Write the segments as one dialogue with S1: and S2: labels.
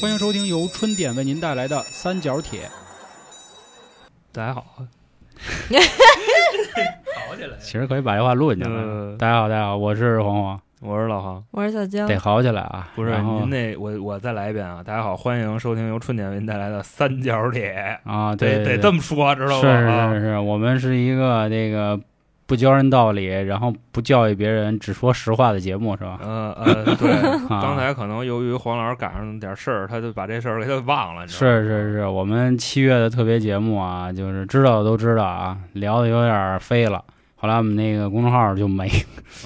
S1: 欢迎收听由春点为您带来的《三角铁
S2: 大家好，》，
S3: 好起来。
S1: 其实可以把这话录进去了。
S2: 呃，
S1: 大家好，大家好，我是黄黄，
S2: 我是老航，
S4: 我是小江，
S1: 得好起来啊！
S2: 嗯不是
S1: 然后
S2: 您那我我再来一遍啊！大家好，欢迎收听由春点为您带来的《三角铁
S1: 啊，》，
S2: 得
S1: 对
S2: 得
S1: 对
S2: 这么说，知道
S1: 是
S2: 吗？
S1: 是
S2: 啊
S1: 是是，我们是一个这个不教人道理，然后不教育别人，只说实话的节目，是吧？
S2: 呃呃，对，
S1: 啊
S2: 刚才可能由于黄老师赶上点事儿，他就把这事儿给他忘了，你知道吗？
S1: 是是是，我们七月的特别节目啊，就是知道的都知道啊，聊的有点儿飞了。后来我们那个公众号就没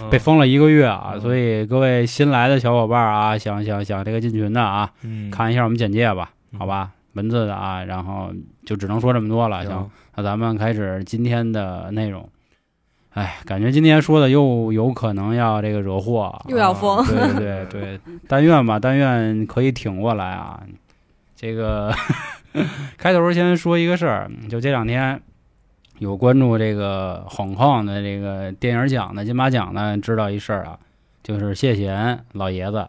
S2: 嗯
S1: 被封了一个月啊，
S2: 嗯
S1: 所以各位新来的小伙伴啊，想想想这个进群的啊，
S2: 嗯，
S1: 看一下我们简介吧，
S2: 嗯
S1: 好吧，文字的啊，然后就只能说这么多了。行
S2: 行，，
S1: 那咱们开始今天的内容。哎，感觉今天说的又有可能要这个惹祸啊，
S4: 又要疯
S1: 对对对对，但愿吧，但愿可以挺过来啊。这个 开头先说一个事儿，就这两天有关注这个 Hong Kong 的这个电影奖的金马奖呢，知道一事儿啊，就是谢贤老爷子，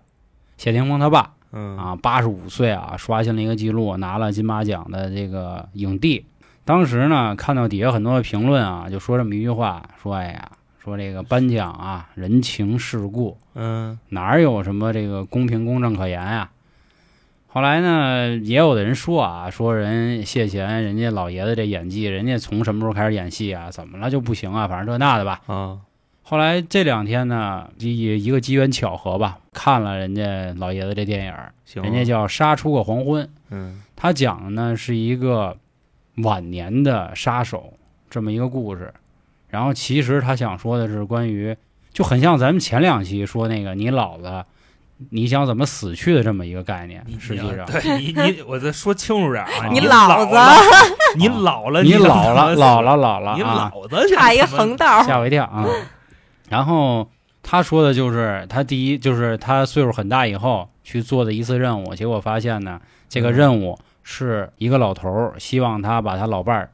S1: 谢霆锋他爸
S2: 嗯
S1: 啊，八十五岁啊，刷新了一个记录，拿了金马奖的这个影帝。当时呢，看到底下很多的评论啊，就说这么一句话，说哎呀，说这个颁奖啊，人情世故，
S2: 嗯
S1: 哪有什么这个公平公正可言呀、后来呢，也有的人说啊，说人谢贤人家老爷子这演技，人家从什么时候开始演戏啊？怎么了就不行啊？反正这那的吧。
S2: 啊，
S1: 后来这两天呢，一一个机缘巧合吧，看了人家老爷子这电影儿，
S2: 行，啊
S1: 人家叫《杀出个黄昏》，
S2: 嗯
S1: 他讲的呢是一个晚年的杀手这么一个故事。然后其实他想说的是关于，就很像咱们前两期说那个你老了，你想怎么死去的这么一个概念。
S2: 你
S1: 实际
S2: 你
S1: 上，
S2: 对你你，我再说清楚点儿啊！
S1: 你
S2: 老
S4: 老
S2: 了
S4: 子
S2: 你老 了，
S1: 你
S2: 想
S1: 老了，
S2: 怎么
S1: 老了，老了
S2: 死，你
S1: 啊！
S2: 老子想
S4: 差一个
S2: 怎么
S4: 横道儿，
S1: 吓我一跳啊！然后他说的就是他第一就是他岁数很大以后去做的一次任务，结果发现呢，这个
S2: 嗯
S1: 任务是一个老头儿希望他把他老伴儿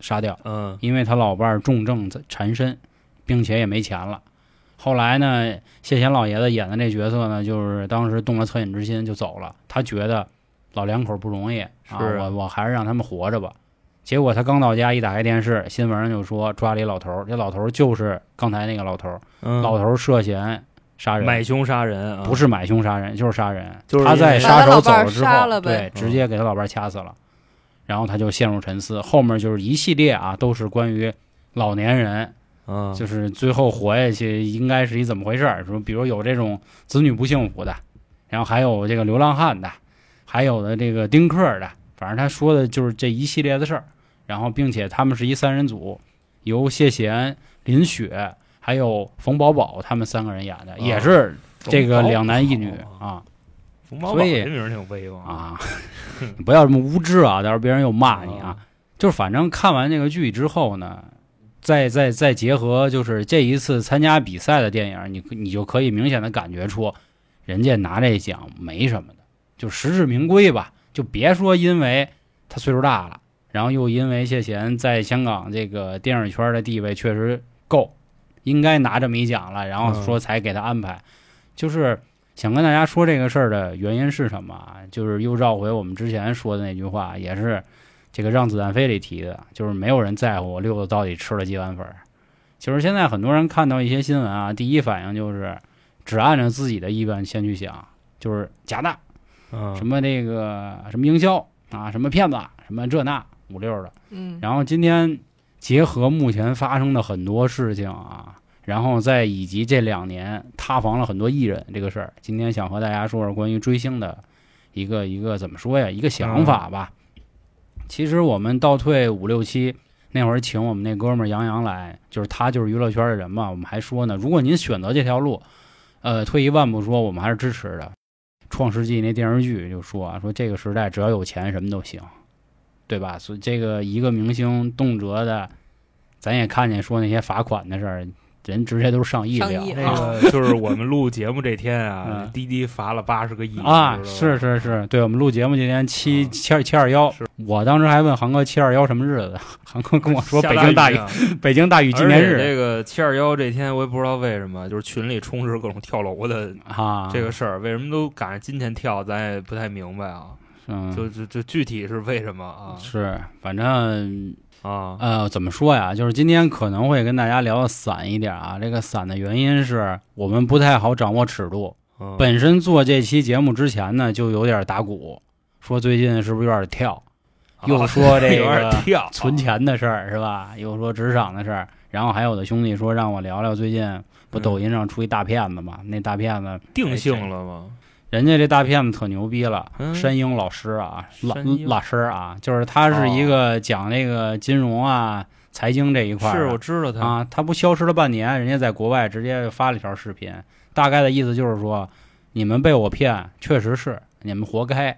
S1: 杀掉。
S2: 嗯
S1: 因为他老伴儿重症在缠身，并且也没钱了。后来呢，谢贤老爷子演的这角色呢，就是当时动了恻隐之心就走了。他觉得老两口不容易啊，
S2: 是
S1: 我我还是让他们活着吧。结果他刚到家，一打开电视，新闻上就说抓了一老头儿，这老头儿就是刚才那个老头儿，
S2: 嗯，
S1: 老头儿涉嫌杀人，
S2: 买凶杀
S4: 嗯
S2: 人啊，
S1: 不是买凶杀人，就是杀人。
S2: 就是
S1: 他在杀手走
S4: 把他老伴
S1: 了
S4: 儿
S1: 之
S4: 杀
S1: 后，
S4: 了
S1: 对
S4: 呗，嗯
S1: 直接给他老伴儿掐死了，然后他就陷入沉思。后面就是一系列啊，都是关于老年人，
S2: 嗯，
S1: 就是最后活下去应该是一怎么回事儿？说比如有这种子女不幸福的，然后还有这个流浪汉的，还有的这个丁克儿的，反正他说的就是这一系列的事儿。然后，并且他们是一三人组，由谢贤、林雪还有冯宝宝他们三个人演的，也是这个两男一女啊
S2: 冯宝宝
S1: 所以
S2: 这名儿挺威风啊，
S1: 啊， 不要这么无知啊，到时候别人又骂你啊。就是反正看完这个剧之后呢，再再再结合就是这一次参加比赛的电影，你你就可以明显的感觉出，人家拿这奖没什么的，就实至名归吧。就别说因为他岁数大了，然后又因为谢贤在香港这个电影圈的地位确实够，应该拿这么一奖了，然后说才给他安排，就是。想跟大家说这个事儿的原因是什么啊？就是又绕回我们之前说的那句话，也是这个《让子弹飞》里提的，就是没有人在乎我六子到底吃了几碗粉儿。就是现在很多人看到一些新闻啊，第一反应就是只按照自己的意愿先去想，就是假的，
S2: 嗯，
S1: 什么这个什么营销啊，什么骗子，什么这那五六的。
S4: 嗯，
S1: 然后今天结合目前发生的很多事情啊，然后再以及这两年塌房了很多艺人这个事儿，今天想和大家说说关于追星的一个一个怎么说呀，一个想法吧。其实我们倒退五六期那会儿，请我们那哥们儿杨洋来，就是他就是娱乐圈的人嘛，我们还说呢，如果您选择这条路，呃，退一万步说，我们还是支持的。创世纪那电视剧就说啊，说这个时代只要有钱什么都行，对吧？所以这个一个明星动辄的，咱也看见说那些罚款的事儿，人值钱都是上亿
S3: 上
S1: 了啊
S3: 亿
S2: 那 个就是我们录节目这天啊，
S1: 嗯
S2: 滴滴罚了八十个亿
S1: 啊！
S2: 你知道
S1: 是
S2: 吗
S1: 是是，对我们录节目这天七
S2: 嗯
S1: 七二七二幺
S2: 是，
S1: 我当时还问航哥七二幺什么日子， 航哥跟我说
S2: 下
S1: 北京大
S2: 雨
S1: 雨，
S2: 啊，
S1: 北京大雨纪
S2: 而
S1: 念
S2: 且
S1: 日
S2: 这个七二幺这天，我也不知道为什么，就是群里充斥各种跳楼的
S1: 啊，
S2: 这个事儿，为什么都赶上今天跳，咱也不太明白啊。
S1: 嗯
S2: 就就就具体是为什么啊？
S1: 是，反正
S2: 啊，
S1: 呃，怎么说呀？就是今天可能会跟大家聊的散一点啊。这个散的原因是我们不太好掌握尺度。
S2: 嗯
S1: 本身做这期节目之前呢，就有点打鼓，说最近是不是有点跳，又说这
S2: 啊 有点
S1: 个
S2: 跳
S1: 存钱的事儿是吧？又说职场的事儿，然后还有的兄弟说让我聊聊最近不抖音上出一大骗子嘛？那大骗子
S2: 定
S1: 哎
S2: 性了吗？
S1: 人家这大骗子可牛逼了，
S2: 嗯
S1: 山鹰老师啊，老
S2: 山鹰哦
S1: 老师啊，就是他是一个讲这个金融啊、财经这一块
S2: 是
S1: 儿
S2: 我
S1: 的
S2: 知道他，
S1: 啊，他不消失了半年，人家在国外直接发了一条视频，大概的意思就是说，你们被我骗，确实是你们活该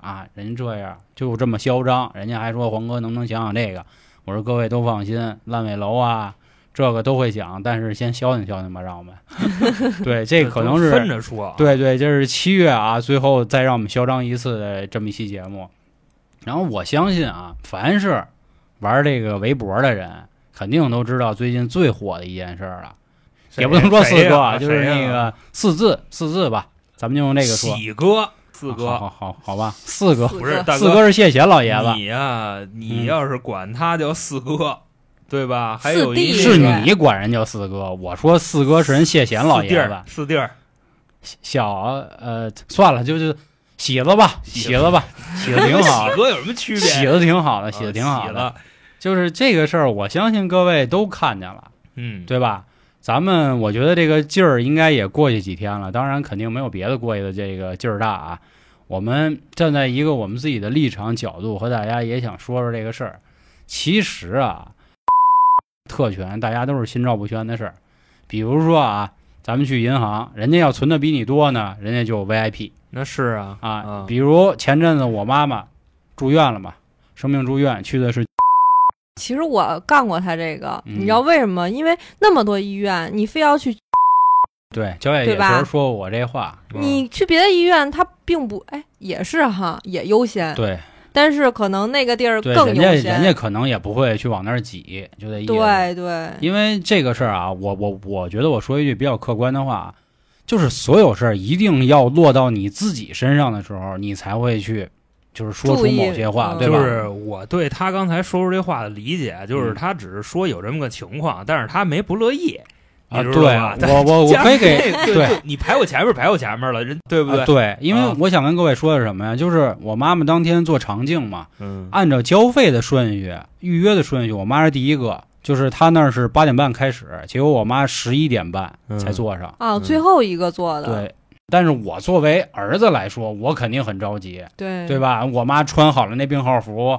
S1: 啊，人家这样就这么嚣张，人家还说黄哥能不能想想这个？我说各位都放心，烂尾楼啊。这个都会想，但是先消停消停吧，让我们。 对，这可能是
S2: 分着说啊。
S1: 对对，这是七月啊，最后再让我们嚣张一次的这么一期节目。然后我相信啊，凡是玩这个围脖的人，肯定都知道最近最火的一件事儿了，也
S2: 谁呀，
S1: 不能说四
S2: 谁
S1: 哥，
S2: 呀
S1: 啊，就是
S2: 谁
S1: 那
S2: 呀
S1: 个四字四字吧，咱们就用这个说。
S2: 喜哥，四
S1: 啊
S2: 哥
S1: 好好好好吧，四哥，
S3: 四
S2: 不是
S3: 个
S2: 大
S1: 四哥是谢贤老爷子，
S2: 你呀、你
S1: 嗯
S2: 要是管他叫四哥，对吧？还有一
S3: 四弟
S1: 是你管人叫四哥，我说四哥是人谢贤老
S2: 四弟
S1: 爷子
S2: 儿，，四弟儿，
S1: 小呃算了，就就喜子吧，
S2: 喜
S1: 喜子 吧，喜子挺好
S2: 喜，哥有什么区别？
S1: 喜子挺好的，
S2: 啊
S1: 喜子挺好
S2: 喜
S1: 的。
S2: 了，
S1: 就是这个事儿，我相信各位都看见了，
S2: 嗯，
S1: 对吧？咱们我觉得这个劲儿应该也过去几天了，当然肯定没有别的过去的这个劲儿大啊。我们站在一个我们自己的立场角度和大家也想说说这个事儿。其实啊，特权大家都是心照不宣的事儿。比如说啊，咱们去银行，人家要存的比你多呢，人家就 VIP
S2: 那是啊
S1: 啊。比如前阵子我妈妈住院了嘛，生病住院，去的是
S3: 其实我干过他这个，
S1: 嗯
S3: 你知道为什么？因为那么多医院，你非要去，
S1: 对焦野
S3: 对
S1: 也
S3: 吧
S1: 时候说我这话，
S2: 嗯
S3: 你去别的医院，他并不，哎，也是哈，也优先，
S1: 对
S3: 但呃是可能那个地儿
S1: 对，
S3: 更
S1: 人
S3: 优
S1: 家
S3: 先。
S1: 人家可能也不会去往那儿挤，就这意思。，
S3: 对对，
S1: 因为这个事儿啊，我我我觉得我说一句比较客观的话，就是所有事儿一定要落到你自己身上的时候，你才会去就是说出
S3: 注意
S1: 某些话，
S3: 嗯
S1: 对
S2: 就
S1: 吧？
S2: 是我对他刚才说出这话的理解，就是
S1: 嗯
S2: 他只是说有这么个情况，但是他没不乐意，
S1: 啊，
S2: 你知道吧
S1: 对我我 我
S2: 加
S1: 可以给
S2: 这个
S1: 对
S2: 对你排我前面排我前面了，人对不
S1: 啊
S2: 对？
S1: 对，因为
S2: 啊
S1: 我想跟各位说的是什么呀？就是我妈妈当天做肠镜嘛，
S2: 嗯
S1: 按照交费的顺序、预约的顺序，我妈是第一个，就是她那儿是八点半开始，结果我妈十一点半才坐上。
S3: 啊，
S2: 嗯
S3: 最后一个做的，
S1: 对，但是我作为儿子来说，我肯定很着急，
S3: 对
S1: 对？吧？我妈穿好了那病号服，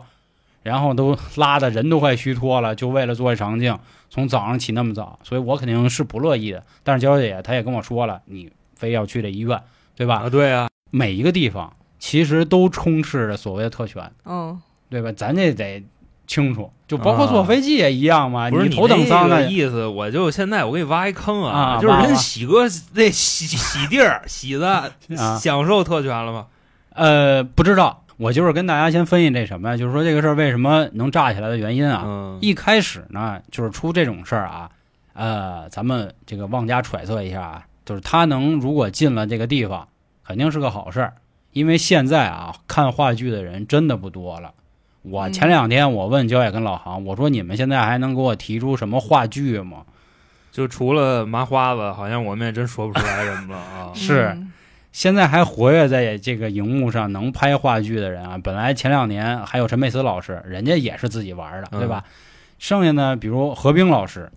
S1: 然后都拉的人都快虚脱了，就为了做这肠镜，从早上起那么早，所以我肯定是不乐意的。但是娇姐她也跟我说了，你非要去这医院，对吧？
S2: 啊，对啊，
S1: 每一个地方其实都充斥着所谓的特权。
S3: 嗯，
S1: 对吧？咱这得清楚，就包括
S2: 啊
S1: 坐飞机也一样嘛。
S2: 不是
S1: 啊头等舱
S2: 的
S1: 的，
S2: 意思，我就现在我给你挖一坑
S1: 啊
S2: 就是
S1: 挖挖
S2: 人喜哥那喜喜地儿喜的
S1: 啊
S2: 享受特权了吗？
S1: 呃，不知道。我就是跟大家先分析这什么呀，就是说这个事儿为什么能炸起来的原因啊。
S2: 嗯，
S1: 一开始呢，就是出这种事儿啊，呃，咱们这个妄加揣测一下啊，就是他能如果进了这个地方，肯定是个好事儿，因为现在啊，看话剧的人真的不多了。我
S3: 嗯
S1: 前两天我问焦野跟老航，我说你们现在还能给我提出什么话剧吗？。
S2: 就除了麻花子，好像我们也真说不出来什么了啊
S1: 是
S3: 嗯
S1: 现在还活跃在这个荧幕上能拍话剧的人啊，本来前两年还有陈佩斯老师，人家也是自己玩的，
S2: 嗯
S1: 对吧？剩下呢，比如何冰老师、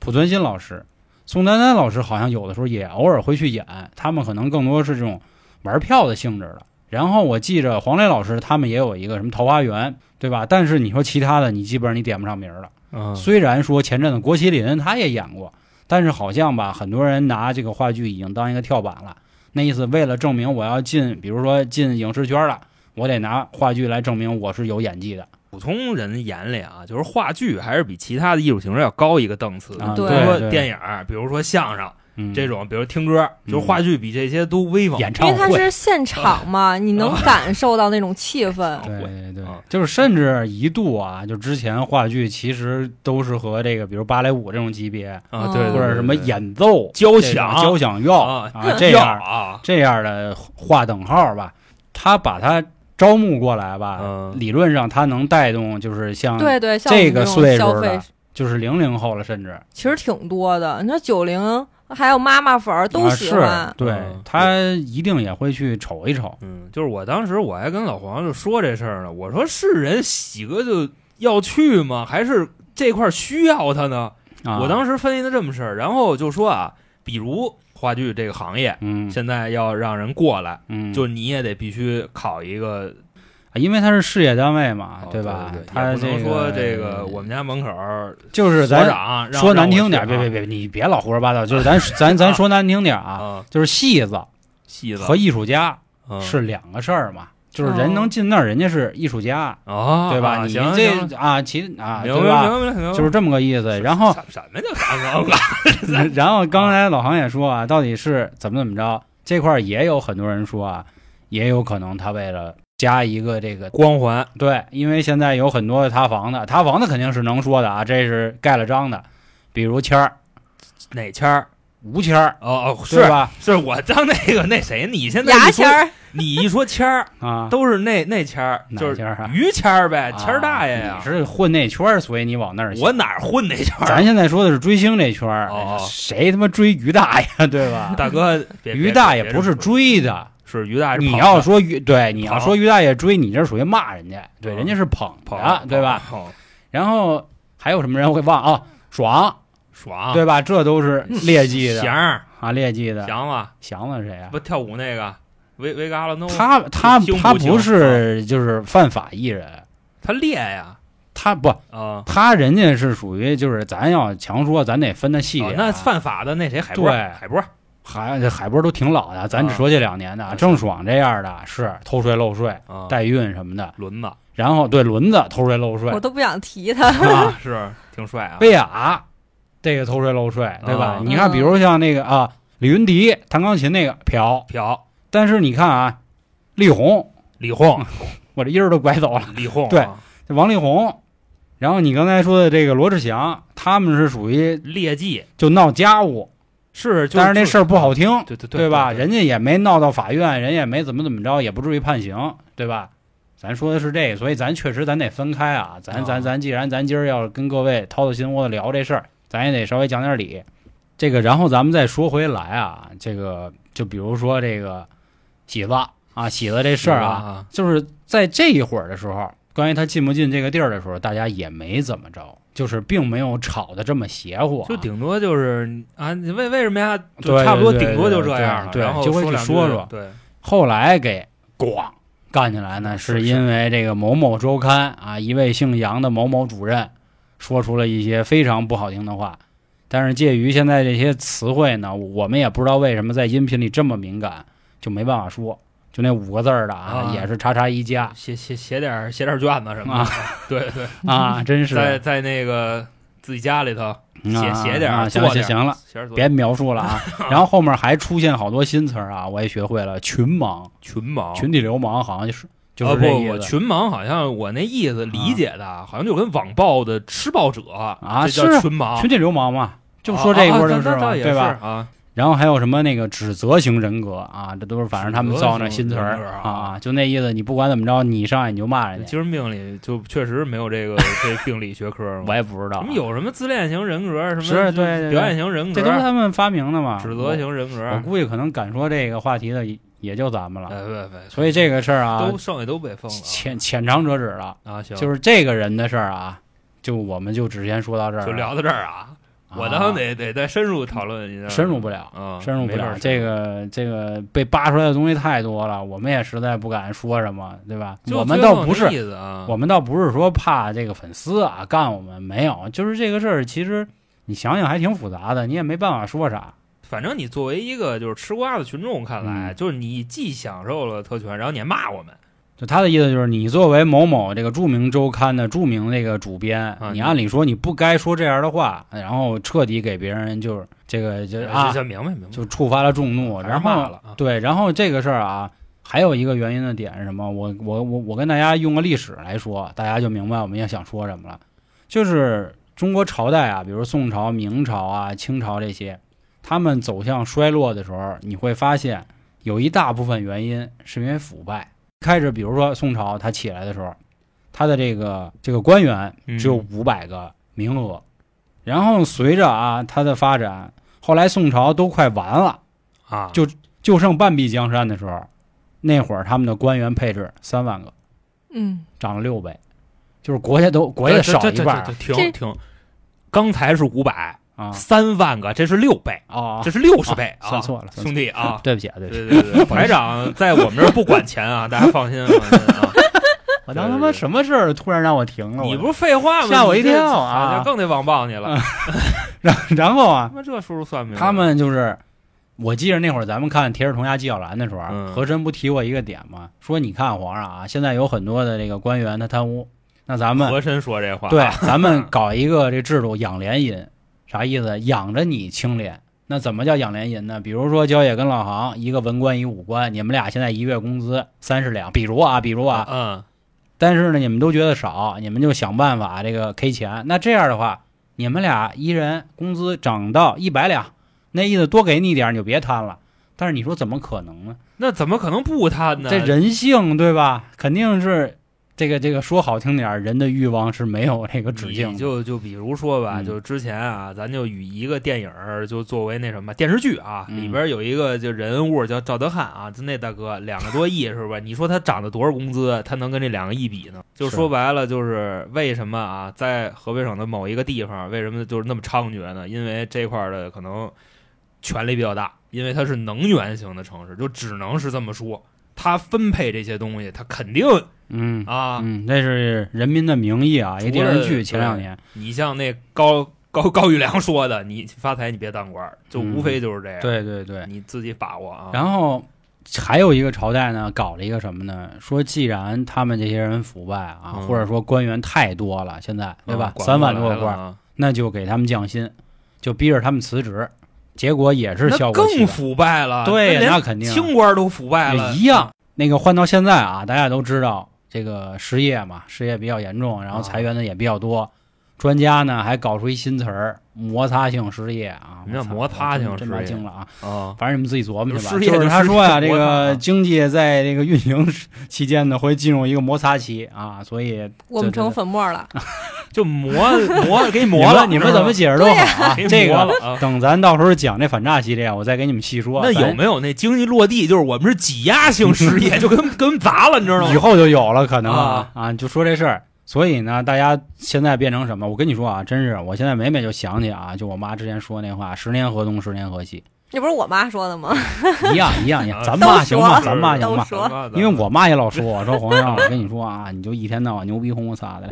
S1: 濮存昕老师、宋丹丹老师，好像有的时候也偶尔会去演，他们可能更多是这种玩票的性质的。然后我记着黄磊老师他们也有一个什么桃花源，对吧？但是你说其他的，你基本上你点不上名儿了。
S2: 嗯，
S1: 虽然说前阵子郭麒麟他也演过，但是好像吧，很多人拿这个话剧已经当一个跳板了。那意思，为了证明我要进，比如说进影视圈了，我得拿话剧来证明我是有演技的。
S2: 普通人眼里啊，就是话剧还是比其他的艺术形式要高一个档次的。
S1: 啊
S2: 比如
S3: 对
S2: 说
S1: 对
S2: 电影儿，比如说相声
S1: 嗯
S2: 这种，比如听歌，
S1: 嗯
S2: 就是话剧比这些都威风。
S1: 演
S3: 因
S1: 唱
S3: 为它
S1: 会，嗯
S3: 是现场嘛，你能感受到那种气氛。
S1: 对对对
S2: 啊，
S1: 就是甚至一度啊，就之前话剧其实都是和这个，比如芭蕾舞这种级别，
S2: 啊，对，对
S1: 或者什么演奏、
S2: 交
S1: 这个
S2: 响
S1: 交响乐
S2: 啊
S1: 啊这样
S2: 啊，
S1: 这样的划等号吧，他把他招募过来吧，
S2: 嗯
S1: 理论上他能带动，就是像
S3: 对对，像我
S1: 嗯这
S3: 们
S1: 个
S3: 种
S1: 岁
S3: 消
S1: 数
S3: 费
S1: 的，就是零零后了，甚至
S3: 其实挺多的。你说九零还有妈妈粉儿都喜欢，
S1: 啊是对、
S2: 嗯
S1: 他一定也会去瞅一瞅，
S2: 嗯，就是我当时我还跟老黄就说这事儿呢，我说是人喜哥就要去吗？还是这块儿需要他呢？
S1: 啊、
S2: 我当时分析的这么事儿，然后就说啊，比如话剧这个行业，
S1: 嗯
S2: 现在要让人过来，
S1: 嗯，啊
S2: 就你也得必须考一个，
S1: 因为他是事业单位嘛，啊
S2: 哦
S1: 吧？
S2: 对对对
S1: 他
S2: 也不能说这
S1: 个
S2: 个我们家门口儿
S1: 就是
S2: 所
S1: 咱
S2: 长让
S1: 说难听点，
S2: 让
S1: 别
S2: 我
S1: 别
S2: 去
S1: 别，你别老胡说八道，就是 咱咱咱说难听点
S2: 啊
S1: 啊，
S2: 啊，
S1: 就是戏子
S2: 戏子
S1: 和艺术家
S2: 嗯
S1: 是两个事儿嘛，就是
S3: 哦
S1: 人能进那儿，人家是艺术家，
S2: 啊，
S1: 对吧？
S2: 啊
S1: 你
S2: 行行
S1: 这啊，其啊，
S2: 明白
S1: 对吧？
S2: 明白明白，
S1: 就是这么个意思。然后，
S2: 什什么叫刚刚
S1: 然后刚才老航也说啊，到底是怎么怎么着？这块儿也有很多人说啊，也有可能他为了加一个这个
S2: 光环？
S1: 对，因为现在有很多塌房的，塌房的肯定是能说的啊，这是盖了章的，比如签儿、
S2: 哪签儿？
S1: 吴签儿，
S2: 哦哦，是
S1: 对吧？
S2: 是我当那个那谁，你现在
S3: 牙
S2: 一
S3: 签
S2: 说
S3: 儿
S2: 你一说签儿，
S1: 啊，
S2: 都是那那签儿，
S1: 哪
S2: 就是
S1: 签儿啊？
S2: 于谦儿呗，
S1: 啊
S2: 谦儿大爷呀
S1: 你！是混那圈儿，所以你往那儿想。
S2: 我哪儿混那圈儿？啊
S1: 咱现在说的是追星这圈儿哎
S2: 哦，
S1: 谁他妈追于大爷，对吧？
S2: 大哥，别
S1: 于大爷
S2: 别别
S1: 不是追的，
S2: 是于大爷是捧
S1: 你
S2: 的，
S1: 要说于对，你要
S2: 捧
S1: 说于大爷追，你这属于骂人家，对，
S2: 嗯
S1: 人家是捧
S2: 捧
S1: 的，啊对吧？？
S2: 捧
S1: 然后还有什么人我给忘啊？爽，
S2: 爽，
S1: 对吧？这都是劣迹的
S2: 啊嗯翔儿
S1: 啊，劣迹的。
S2: 翔啊，
S1: 祥子是谁啊？
S2: 不跳舞那个维维嘎拉诺，
S1: 他他
S2: 胸
S1: 他
S2: 不啊行
S1: 不是就是犯法艺人，
S2: 他烈呀
S1: 他不
S2: 啊！
S1: 他人家是属于就是咱要强说，咱得分的细
S2: 哦
S1: 点啊。
S2: 那犯法的那谁海波
S1: 对
S2: 海波
S1: 海这海波都挺老的，咱只
S2: 啊
S1: 说这两年的，郑爽这样的是偷税漏税、
S2: 啊，
S1: 代孕什么的，
S2: 轮子
S1: 然后对轮子偷税漏税
S3: 我，都不想提他。
S1: 啊，
S2: 是挺帅啊，
S1: 贝雅这个偷税漏税，对吧
S2: 啊？
S1: 你看，比如像那个啊，李云迪弹钢琴那个嫖，
S2: 朴
S1: 但是你看啊，力宏，
S2: 李红
S1: 我这音儿都拐走了，
S2: 李红啊
S1: 对王力宏。然后你刚才说的这个罗志祥，他们是属于
S2: 劣迹
S1: 就闹家务，
S2: 是，就
S1: 但是那事儿不好听，
S2: 对对
S1: 对吧？人
S2: 家
S1: 家也没闹到法院，人也没怎么怎么着，也不至于判刑，对吧？咱说的是这个，所以咱确实咱得分开啊。咱
S2: 啊
S1: 咱咱，既然咱今儿要跟各位掏掏心窝子聊这事儿，咱也得稍微讲点理。这个，然后咱们再说回来啊，这个就比如说这个喜子啊，喜子这事儿啊，
S2: 啊，
S1: 就是在这一会儿的时候，关于他进不进这个地儿的时候，大家也没怎么着，就是并没有吵得这么邪乎啊、
S2: 就顶多就是啊，你为为什么呀？就
S1: 对
S2: 差不多
S1: 对对
S2: 顶多就这样了，
S1: 对对
S2: 然后
S1: 就会去
S2: 两句
S1: 说说
S2: 对，
S1: 后来给咣干起来呢，
S2: 是
S1: 是因为这个某某周刊啊，一位姓杨的某某主任说出了一些非常不好听的话。但是介于现在这些词汇呢，我们也不知道为什么在音频里这么敏感，就没办法说。就那五个字儿的啊，
S2: 啊
S1: 也是叉叉一 加
S2: 写写写点儿写点儿卷子什么的， 对对，
S1: 啊，真是
S2: 在在那个自己家里头
S1: 嗯啊
S2: 写写点儿
S1: 啊，行
S2: 做
S1: 行
S2: 点儿
S1: 行了，
S2: 写点儿作
S1: 别
S2: 业
S1: 描述了 啊。然后后面还出现好多新词儿啊，我也学会了，群盲、
S2: 群盲
S1: 群体流氓，好像就是就是
S2: 啊哦不
S1: 这意
S2: 我
S1: 思
S2: 群盲好像我那意思理解的，好像就跟网暴的施暴者
S1: 啊
S2: 这叫
S1: 是
S2: 群盲，啊
S1: 群体流氓嘛，就说这一波
S2: 波
S1: 的事儿嘛，对吧？
S2: 啊，
S1: 然后还有什么那个指责型人格啊，这都是反正他们造那新词
S2: 指责型
S1: 儿
S2: 人格啊
S1: 啊，就那意思，你不管怎么着，你一上来你就骂人家，
S2: 精神病里就确实没有这个这病理学科嘛，
S1: 我也不知道
S2: 什，么有什么自恋型人格，什
S1: 啊是
S2: 么
S1: 对对对
S2: 表演型人格，
S1: 这都是他们发明的嘛，
S2: 指责型人
S1: 我。我
S2: 格，
S1: 估计可能敢说这个话题的也也就咱们了，
S2: 哎不不，
S1: 所以这个事儿啊
S2: 都，剩下都被封了
S1: 浅浅尝辄止了，
S2: 啊，行，
S1: 就是这个人的事儿啊，就我们就只先说到这儿，
S2: 就聊到这儿啊，
S1: 啊，
S2: 我当得得再深入讨论一下，
S1: 深入不了
S2: 啊，
S1: 深入不
S2: 没法
S1: 了，
S2: 深
S1: 这个这个被扒出来的东西太多了，我们也实在不敢说什么，对吧？
S2: 就
S1: 我们
S2: 最后
S1: 倒不
S2: 那
S1: 是
S2: 意思啊，
S1: 我们倒不是说怕这个粉丝啊干我们，没有，就是这个事儿，其实你想想还挺复杂的，你也没办法说啥。
S2: 反正你作为一个就是吃瓜的群众看来，
S1: 嗯
S2: 就是你既享受了特权，然后你还骂我们，
S1: 就他的意思就是，你作为某某这个著名周刊的著名那个主编，
S2: 啊
S1: 你
S2: 你
S1: 按理说你不该说这样的话，然后彻底给别人就是这个就是啊，
S2: 这哎明白明白，
S1: 就触发了众怒，
S2: 还是
S1: 然后
S2: 骂了啊
S1: 对，然后这个事儿啊，还有一个原因的点是什么？我我我我跟大家用个历史来说，大家就明白我们要想说什么了。就是中国朝代啊，比如宋朝、明朝啊、清朝这些，他们走向衰落的时候，你会发现有一大部分原因是因为腐败。开始，比如说宋朝它起来的时候，它的这个这个官员只有五百个名额。然后随着啊它的发展，后来宋朝都快完了，
S2: 啊，
S1: 就就剩半壁江山的时候，那会儿他们的官员配置三万个，
S3: 嗯，
S1: 涨了六倍，就是国家都国家
S2: 这
S1: 少
S2: 这
S1: 一半
S2: 这
S1: 儿
S2: 这
S3: 这
S2: 停停，刚才是五百，
S1: 啊
S2: 三万个，这是六倍，
S1: 啊！
S2: 这是六十倍
S1: 啊
S2: 啊，
S1: 算错了算错了，
S2: 兄弟啊
S1: 对不起啊，对不起，
S2: 对 对对，排长在我们这儿不管钱啊，大家放心放心啊。
S1: 我
S2: 对
S1: 当
S2: 对
S1: 他妈
S2: 对
S1: 什么事儿突然让我停了？
S2: 你不
S1: 我
S2: 是废话吗？
S1: 吓我一
S2: 你这
S1: 跳啊
S2: 好像更得网暴你了。
S1: 然然后啊
S2: 他，妈这叔叔算命，
S1: 他们就是，我记着那会儿咱们看《铁齿铜牙纪晓岚》的时候啊，
S2: 嗯
S1: 和珅不提过一个点吗？说你看皇上啊，现在有很多的这个官员他贪污，那咱们
S2: 和珅说这话，
S1: 对，咱们搞一个这制度养廉银，啥意思？养着你清廉。那怎么叫养廉银呢？比如说焦野跟老航，一个文官一武官，你们俩现在一月工资三十两，比如啊，比如啊，
S2: 嗯，
S1: 但是呢，你们都觉得少，你们就想办法这个 K 钱。那这样的话，你们俩一人工资涨到一百两，那意思多给你一点，你就别贪了。但是你说怎么可能呢？
S2: 那怎么可能不贪呢？
S1: 这人性对吧？肯定是这个这个说好听点儿，人的欲望是没有这个止境
S2: 你
S1: 的。
S2: 就就比如说吧，
S1: 嗯
S2: 就之前啊，咱就以一个电影儿就作为那什么电视剧啊，
S1: 嗯
S2: 里边有一个就人物叫赵德汉啊，就那大哥两个多亿是吧？你说他涨了多少工资，他能跟这两个亿比呢？就是说白了，就是为什么啊，在河北省的某一个地方，为什么就是那么猖獗呢？因为这块儿的可能权力比较大，因为它是能源型的城市，就只能是这么说。他分配这些东西，他肯定
S1: 嗯
S2: 啊，
S1: 嗯，那是《人民的名义》啊，一个电视剧，前两年。
S2: 你像那高 高高玉良说的，你发财你别当官儿，就
S1: 嗯
S2: 无非就是这样。
S1: 对对对。
S2: 你自己把握啊。
S1: 然后还有一个朝代呢，搞了一个什么呢？说既然他们这些人腐败啊，
S2: 嗯
S1: 或者说官员太多了，现在对吧？
S2: 嗯
S1: 三万多个，
S2: 管不过
S1: 官
S2: 来
S1: 儿，
S2: 了啊
S1: 那就给他们降薪，就逼着他们辞职。结果也是效果
S2: 那更腐败了。
S1: 对，
S2: 那
S1: 那
S2: 连
S1: 肯定啊
S2: 清官都腐败了，
S1: 也一样。那个换到现在啊，大家都知道这个失业嘛，失业比较严重，然后
S2: 啊
S1: 裁员的也比较多。专家呢还搞出一新词儿“摩擦性失业”啊，
S2: 什么叫
S1: 我操
S2: 摩擦性
S1: 我真真他妈
S2: 失业
S1: 惊了啊！
S2: 啊。
S1: 反正你们自己琢磨去吧。
S2: 就是失业
S1: 就是
S2: 就
S1: 他
S2: 是
S1: 说呀、这
S2: 摩擦
S1: 个
S2: 啊
S1: 经济在这个运行期间呢，会进入一个摩擦期啊，所以
S3: 我们
S1: 这这
S3: 成粉末了。
S2: 就磨磨给你磨了，
S1: 你们你们怎么
S2: 是
S1: 解释都好啊
S2: 吧。给。
S1: 这
S2: 你磨
S1: 个
S2: 了 啊？
S1: 等咱到时候讲这反诈系列，我再给你们细说。啊
S2: 那
S1: 咱
S2: 有没有那经济落地？就是我们是挤压性失业，就跟跟砸了，你知道
S1: 以
S2: 吗？
S1: 后就有了可能
S2: 啊
S1: 啊，就说这事儿。所以呢，大家现在变成什么？我跟你说啊，真是，我现在每每就想起啊，就我妈之前说那话：“十年河东，十年河 西
S3: 那不是我妈说的吗？”，
S1: 一样一样
S2: 啊
S1: 一样。咱
S3: 都
S1: 骂行
S3: 说
S1: 吗？
S3: 了
S1: 咱骂行
S3: 都
S1: 吗？
S3: 说
S1: 因为我妈也老说我说皇上，我跟你说啊，你就一天到晚牛逼哄哄撒的，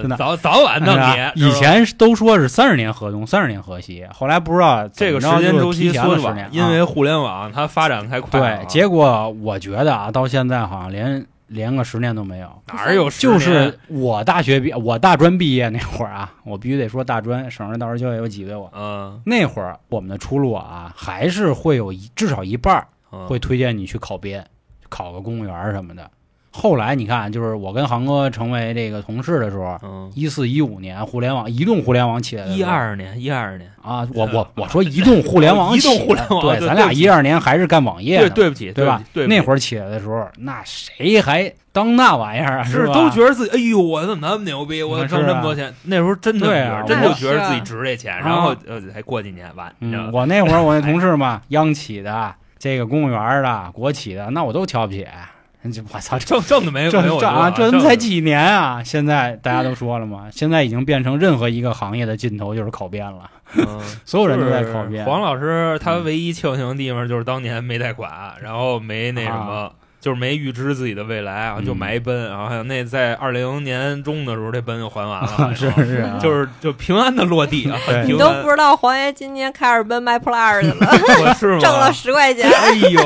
S1: 真的
S2: 我呃早早晚 弄
S1: 哎
S2: 你。
S1: 以
S2: 知道吗
S1: 前都说是三十年河东，三十年河西，后来不知道
S2: 这个
S1: 怎
S2: 时
S1: 么着
S2: 间
S1: 就是
S2: 周期
S1: 提前
S2: 缩
S1: 了十
S2: 短
S1: 年，，啊
S2: 因为互联网它发展太快了啊，
S1: 对。结果我觉得啊，到现在好像连连个十年都没有。
S2: 哪儿有十
S1: 就
S2: 年
S1: 是我大学毕，我大专毕业那会儿啊， 我必须得说大专，省着到时候就有挤兑我。
S2: 嗯
S1: 那会儿我们的出路啊，还是会有一至少一半儿
S2: 嗯
S1: 会推荐你去考编，考个公务员儿什么的。后来你看，就是我跟航哥成为这个同事的时候，
S2: 嗯
S1: 一四一五年互联网移动互联网起来的时候，
S2: 一二年一二年，
S1: 啊，我我我说移动互联 网
S2: 移
S1: 起来，
S2: 动互联网
S1: 对，
S2: 对
S1: 咱
S2: 对
S1: 俩
S2: 不起
S1: 一二年还是干网页
S2: 对
S1: 呢，
S2: 对不起
S1: 对吧
S2: 不起？对
S1: 那
S2: 儿
S1: 会儿起来的时候，那谁还当那玩意儿啊？
S2: 是
S1: 吧？
S2: 都觉得自己哎呦我怎么那么牛逼，我
S1: 啊
S2: 挣
S1: 是
S2: 这么
S1: 啊
S2: 多钱，那时候真的
S1: 对啊
S2: 真
S3: 我
S2: 就觉得自己
S3: 是
S2: 值这钱，
S1: 啊
S2: 然后呃还过几年完，你知
S1: 嗯，
S2: 道吗
S1: 我那会儿我那同事嘛， 央企的、这个公务员的、国企的，那我都瞧不起。这我操，这
S2: 挣挣的没
S1: 这
S2: 没我
S1: 这
S2: 多
S1: 啊，
S2: 啊，
S1: 这他
S2: 挣
S1: 妈
S2: 的
S1: 才几年啊！现在大家都说了嘛，现在已经变成任何一个行业的尽头就是考编了，
S2: 嗯
S1: 所有人都在嗯
S2: 就是
S1: 考编。
S2: 黄老师他唯一庆幸的地方就是当年没贷款，然后没那什么，就是没预知自己的未来啊，
S1: 啊嗯
S2: 就买一奔啊，还有那在二零年中的时候，这奔就还完了，好像
S1: 是是啊，
S2: 就是就平安的落地啊，
S1: 对
S2: 很
S3: 你
S2: 平
S3: 都
S2: 安
S3: 不，知道黄爷今年开着奔卖破烂儿去了，
S2: 我 是 吗？
S3: 挣了十块钱。
S2: 哎呦，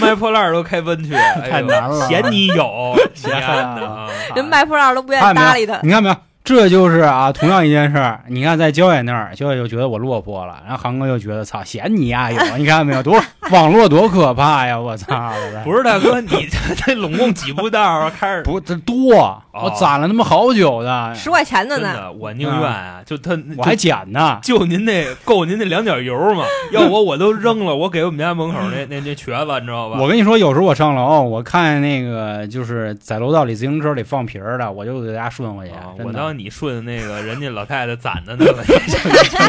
S2: 卖破烂儿都 开奔去，哎呦
S4: 太难了
S2: 嫌你有，嫌
S4: 看
S2: 的
S4: 啊
S2: 啊，
S3: 人卖破烂儿都不愿
S1: 看
S3: 意
S1: 见
S3: 搭
S1: 没
S3: 理
S1: 有
S3: 他？，
S1: 你看没有？这就是啊，同样一件事儿。你看，在焦野那儿，焦野就觉得我落魄了，然后韩哥就觉得操，嫌你呀、 有，你看见没有？多网络多可怕呀！我操，
S2: 不是大哥，你 这这拢共几步道啊？开始
S1: 不，这多，
S2: 哦
S1: 我攒了他妈好久的，
S3: 十块钱的
S2: 真
S3: 呢，
S2: 的，我宁愿啊，就他，
S1: 我还
S2: 就
S1: 捡呢。
S2: 就您那够您那两点油 嘛，要我我都扔了，我给我们家门口那那那瘸子，你知道吧？啊
S1: 我跟你说，有时候我上楼，我看那个就是在楼道里自行车里放皮儿的，我就给大家顺回去
S2: 啊。
S1: 真
S2: 我
S1: 的，
S2: 当你顺那个人家老太太攒的那个，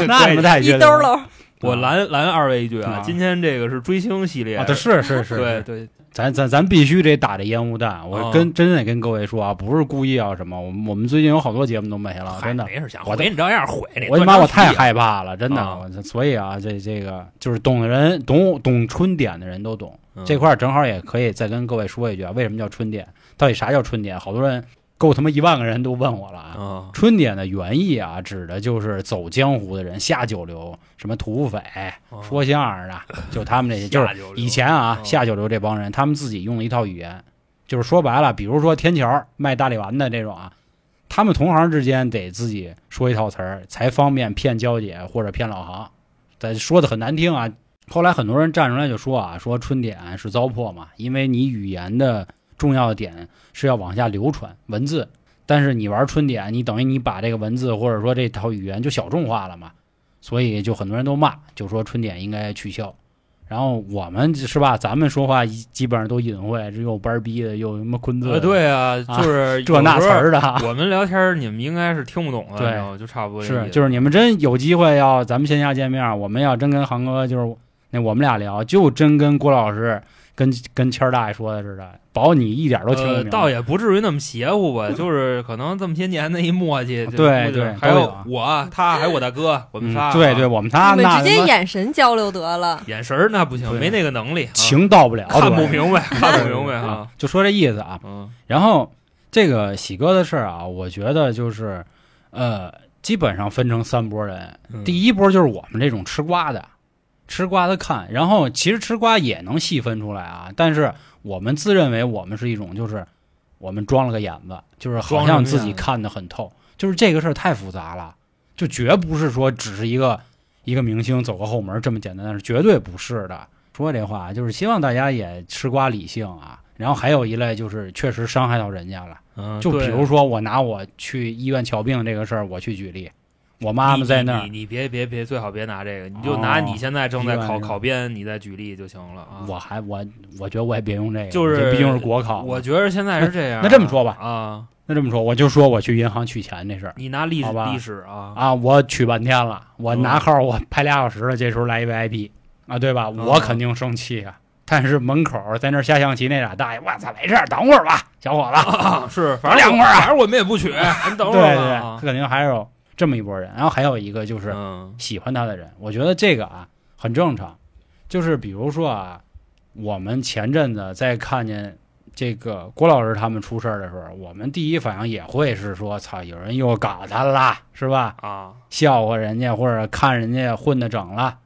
S1: 那你们太
S3: 一
S1: 缺德
S3: 兜
S1: 了
S3: 喽。
S2: 我拦拦二位一句
S1: 啊，
S2: 啊今天这个是追星系列
S1: 啊！，对，是是是，
S2: 对对，
S1: 咱咱咱必须得打这烟雾弹。我
S2: 哦
S1: 跟、真得跟各位说啊，不是故意啊什么，我们我们最近有好多节目都没了，
S2: 嗨
S1: 啊真的。
S2: 没事想
S1: 我
S2: 毁你照样毁你。
S1: 我他妈我太害怕了，真的。
S2: 啊
S1: 我所以啊，这这个就是懂的人懂懂春点的人都懂、
S2: 嗯
S1: 这块，正好也可以再跟各位说一句啊，为什么叫春点？到底啥叫春点？好多人够他妈一万个人都问我了啊。
S2: 啊，
S1: 春点的原意啊，指的就是走江湖的人，下九流，什么土匪、
S2: 啊
S1: 说相声的，就他们这些，就是
S2: 下流
S1: 以前啊
S2: 嗯
S1: 下九流这帮人，他们自己用了一套语言，就是说白了，比如说天桥卖大力丸的这种啊，他们同行之间得自己说一套词儿，才方便骗娇姐或者骗老行。但说的很难听啊，后来很多人站出来就说啊，说春点是糟粕嘛，因为你语言的重要的点是要往下流传文字，但是你玩春点，你等于你把这个文字或者说这套语言就小众化了嘛，所以就很多人都骂，就说春点应该取消。然后我们是吧，咱们说话一基本上都隐晦，这又班儿逼的，又什么坤字的，
S2: 呃，对啊，就 是
S1: 这那词儿的啊，
S2: 有时候我们聊天儿你们应该是听不懂的，
S1: 对
S2: 你知道吗就差不多这意
S1: 是
S2: 思
S1: 就是你们真有机会要咱们线下见面，我们要真跟航哥就是那我们俩聊，就真跟郭老师跟跟谦儿大爷说的似的，保你一点都听不
S2: 呃，
S1: 明白。
S2: 倒也不至于那么邪乎吧，就是可能这么些年的一默契，就
S1: 啊对
S2: 估计
S1: 对
S2: 还
S1: 都有啊
S2: 有我啊他还有我大哥，我们
S1: 嗯
S2: 仨，
S1: 对
S2: 啊
S1: 对，，我们他
S3: 你
S1: 那
S3: 们直接
S1: 他妈
S3: 眼神交流得了。
S2: 眼神儿那不行
S1: 对，
S2: 没那个能力，啊
S1: 情到不了，
S2: 看
S1: 主
S2: 不
S1: 要 是
S2: 明白，看不明白
S1: 啊
S2: 啊，，
S1: 就说这意思啊。
S2: 嗯
S1: 然后这个喜哥的事儿啊，我觉得就是呃，基本上分成三拨人，
S2: 嗯
S1: 第一波就是我们这种吃瓜的，吃瓜的看，然后其实吃瓜也能细分出来啊，但是我们自认为我们是一种就是我们装了个眼子，就是好像自己看得很透，就是这个事儿太复杂了，就绝不是说只是一个一个明星走个后门这么简单的事，绝对不是的。说这话就是希望大家也吃瓜理性啊，然后还有一类就是确实伤害到人家了。
S2: 嗯，
S1: 就比
S2: 对
S1: 如说我拿我去医院瞧病这个事儿，我去举例，我妈妈在那
S2: 你
S1: 儿，
S2: 你你别别别，最好别拿这个，你就
S1: 哦
S2: 拿你现在正在
S1: 明白
S2: 考
S1: 明白
S2: 考编，你再举例就行了啊。
S1: 我还我我觉得我也别用这个，
S2: 就是
S1: 这毕竟是国考嘛。
S2: 我觉得现在是这样啊，
S1: 那这么说吧
S2: 啊，
S1: 那这么说，我就说我去银行取钱这事儿
S2: 你拿历史
S1: 好吧
S2: 历史啊，
S1: 啊，我取半天了，我
S2: 嗯
S1: 拿号我排俩小时了，这时候来一 VIP 啊，对吧？我肯定生气啊。但是门口在那儿下象棋那俩大爷，我操，没事儿，等会儿吧，小伙子，
S2: 啊，是，反
S1: 凉
S2: 正
S1: 快儿啊
S2: 反正我们也不取，你
S1: 对
S2: 等会
S1: 对
S2: 儿
S1: 对，
S2: 吧。啊
S1: 他肯定还有这么一拨人。然后还有一个就是
S2: 嗯
S1: 喜欢他的人，我觉得这个啊很正常。就是比如说啊，我们前阵子在看见这个郭老师他们出事儿的时候，我们第一反应也会是说：“操，有人又搞他啦，是吧？
S2: 啊，
S1: 笑话人家或者看人家混的整了。”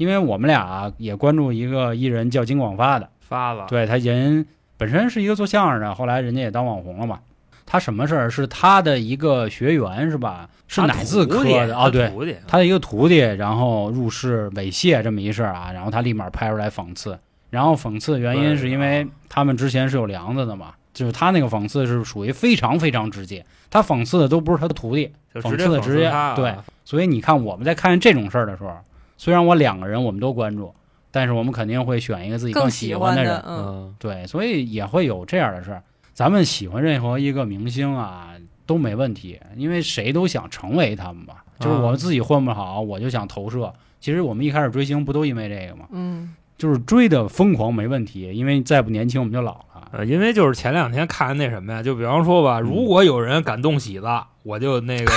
S1: 因为我们俩啊也关注一个艺人叫金广发的，
S2: 发了，
S1: 对他人本身是一个做相声的，后来人家也当网红了嘛。他什么事儿？是他的一个学员是吧？是
S2: 他
S1: 哪字
S2: 徒
S1: 科
S2: 弟啊
S1: 的？哦，对，
S2: 徒弟，
S1: 他的一个徒弟，然后入室猥亵这么一事儿啊，然后他立马拍出来讽刺，然后讽刺的原因是因为他们之前是有梁子的嘛，就是他那个讽刺是属于非常非常直接，他讽刺的都不是他的徒弟，
S2: 就
S1: 讽
S2: 直接
S1: 刺的直接
S2: 他啊
S1: 对，所以你看我们在看这种事儿的时候，虽然我两个人我们都关注，但是我们肯定会选一个自己
S3: 更
S1: 喜
S3: 喜
S1: 欢
S3: 欢
S1: 的人，
S3: 的，嗯，
S2: 嗯，
S1: 对，所以也会有这样的事儿。咱们喜欢任何一个明星啊，都没问题，因为谁都想成为他们吧。就是我
S2: 啊
S1: 自己混不好，我就想投射。其实我们一开始追星不都因为这个吗？
S3: 嗯，
S1: 就是追的疯狂没问题，因为再不年轻我们就老了。
S2: 呃，因为就是
S1: 嗯
S2: 前两天看那什么呀，就比方说吧，如果有人敢动喜子，我就那个。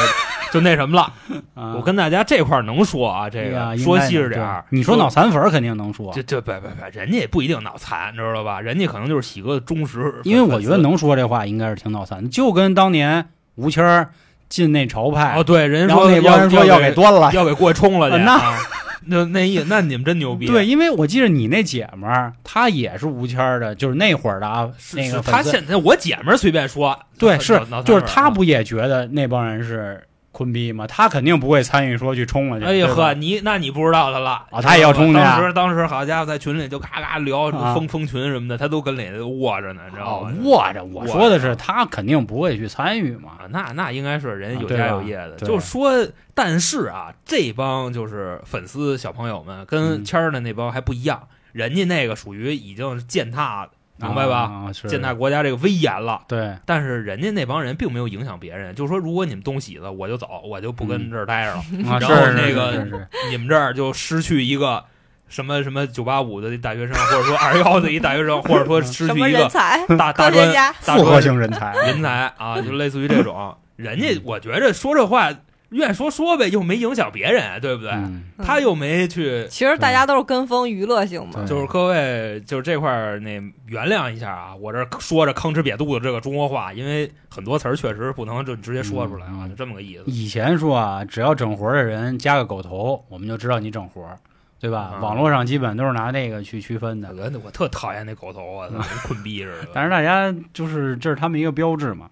S2: 就那什么了。
S1: 啊
S2: 我跟大家这块儿能说啊，这
S1: 哎呀
S2: 个说细致
S1: 应该
S2: 点
S1: 的
S2: 儿。
S1: 对你说脑残粉儿肯定能说
S2: 这，这别别别，人家也不一定脑残，知道吧？人家可能就是喜哥的忠实。
S1: 因为我觉得。能说这话应该是挺脑残，就跟当年吴谦儿进那潮派，
S2: 哦，对，人
S1: 然
S2: 家
S1: 后
S2: 说
S1: 那帮人说
S2: 要
S1: 给端了。
S2: 要给过去冲了去，
S1: 啊那
S2: 啊那那意那你们真牛逼。
S1: 对，，因为我记得你那姐们儿，她也是吴谦儿的，就是那会儿的啊，
S2: 是
S1: 那
S2: 是
S1: 个
S2: 他
S1: 粉丝
S2: 现在我姐们儿随便说，
S1: 对
S2: 老
S1: 是
S2: 老老
S1: 就是
S2: 三
S1: 他
S2: 儿啊
S1: 不也觉得那帮人是坤逼吗？他肯定不会参与说去冲了去。
S2: 哎呀
S1: 对吧
S2: 呵，你那你不知道的了
S1: 啊他也要冲去啊
S2: 当时当时好家伙，在群里就咔咔聊
S1: 啊
S2: 封封群什么的，他都跟里头握着呢，你知
S1: 哦
S2: 道吗？
S1: 握着，我
S2: 握
S1: 说的
S2: 着
S1: 是他肯定不会去参与嘛。
S2: 啊，那那应该是人
S1: 啊
S2: 有
S1: 对
S2: 家
S1: 吧
S2: 有业的。
S1: 对
S2: 就说，但是啊，这帮就是粉丝小朋友们跟
S1: 嗯
S2: 谦儿的那帮还不一样，人家那个属于已经是践踏明白吧
S1: 啊？是
S2: 践踏国家这个威严了。
S1: 对，啊
S2: 但是人家那帮人并没有影响别人，就说如果你们东喜子，我就走，我就不跟这儿待着了。
S1: 啊
S2: 然
S1: 是
S2: 后
S1: 是
S2: 那
S1: 是
S2: 个
S1: 是是
S2: 你们这儿就失去一个什么什么九八五的大学生，或者说二幺的一大学生，或者说失
S3: 什
S2: 去
S3: 么
S2: 一
S3: 人
S2: 个
S3: 才？
S2: 大 大
S3: 科 学
S2: 专
S3: 家
S2: 大
S1: 复合
S2: 专
S1: 型人才，
S2: 人才啊，就类似于这种。人家我觉着说这话愿说说呗，又没影响别人，对不对？
S1: 嗯，
S2: 他又没去，
S3: 其实大家都是跟风娱乐性嘛
S1: 对，
S2: 就是各位就是这块儿那原谅一下啊，我这说着吭哧瘪肚子这个中国话，因为很多词儿确实不能就直接说出来啊，
S1: 嗯嗯
S2: 就这么个意思。
S1: 以前说啊，只要整活儿的人加个狗头，我们就知道你整活儿，对吧？
S2: 啊
S1: 网络上基本都是拿那个去区分
S2: 大
S1: 的，
S2: 哥，我特讨厌那狗头 啊，跟困逼似的。
S1: 但是大家就是这是他们一个标志嘛，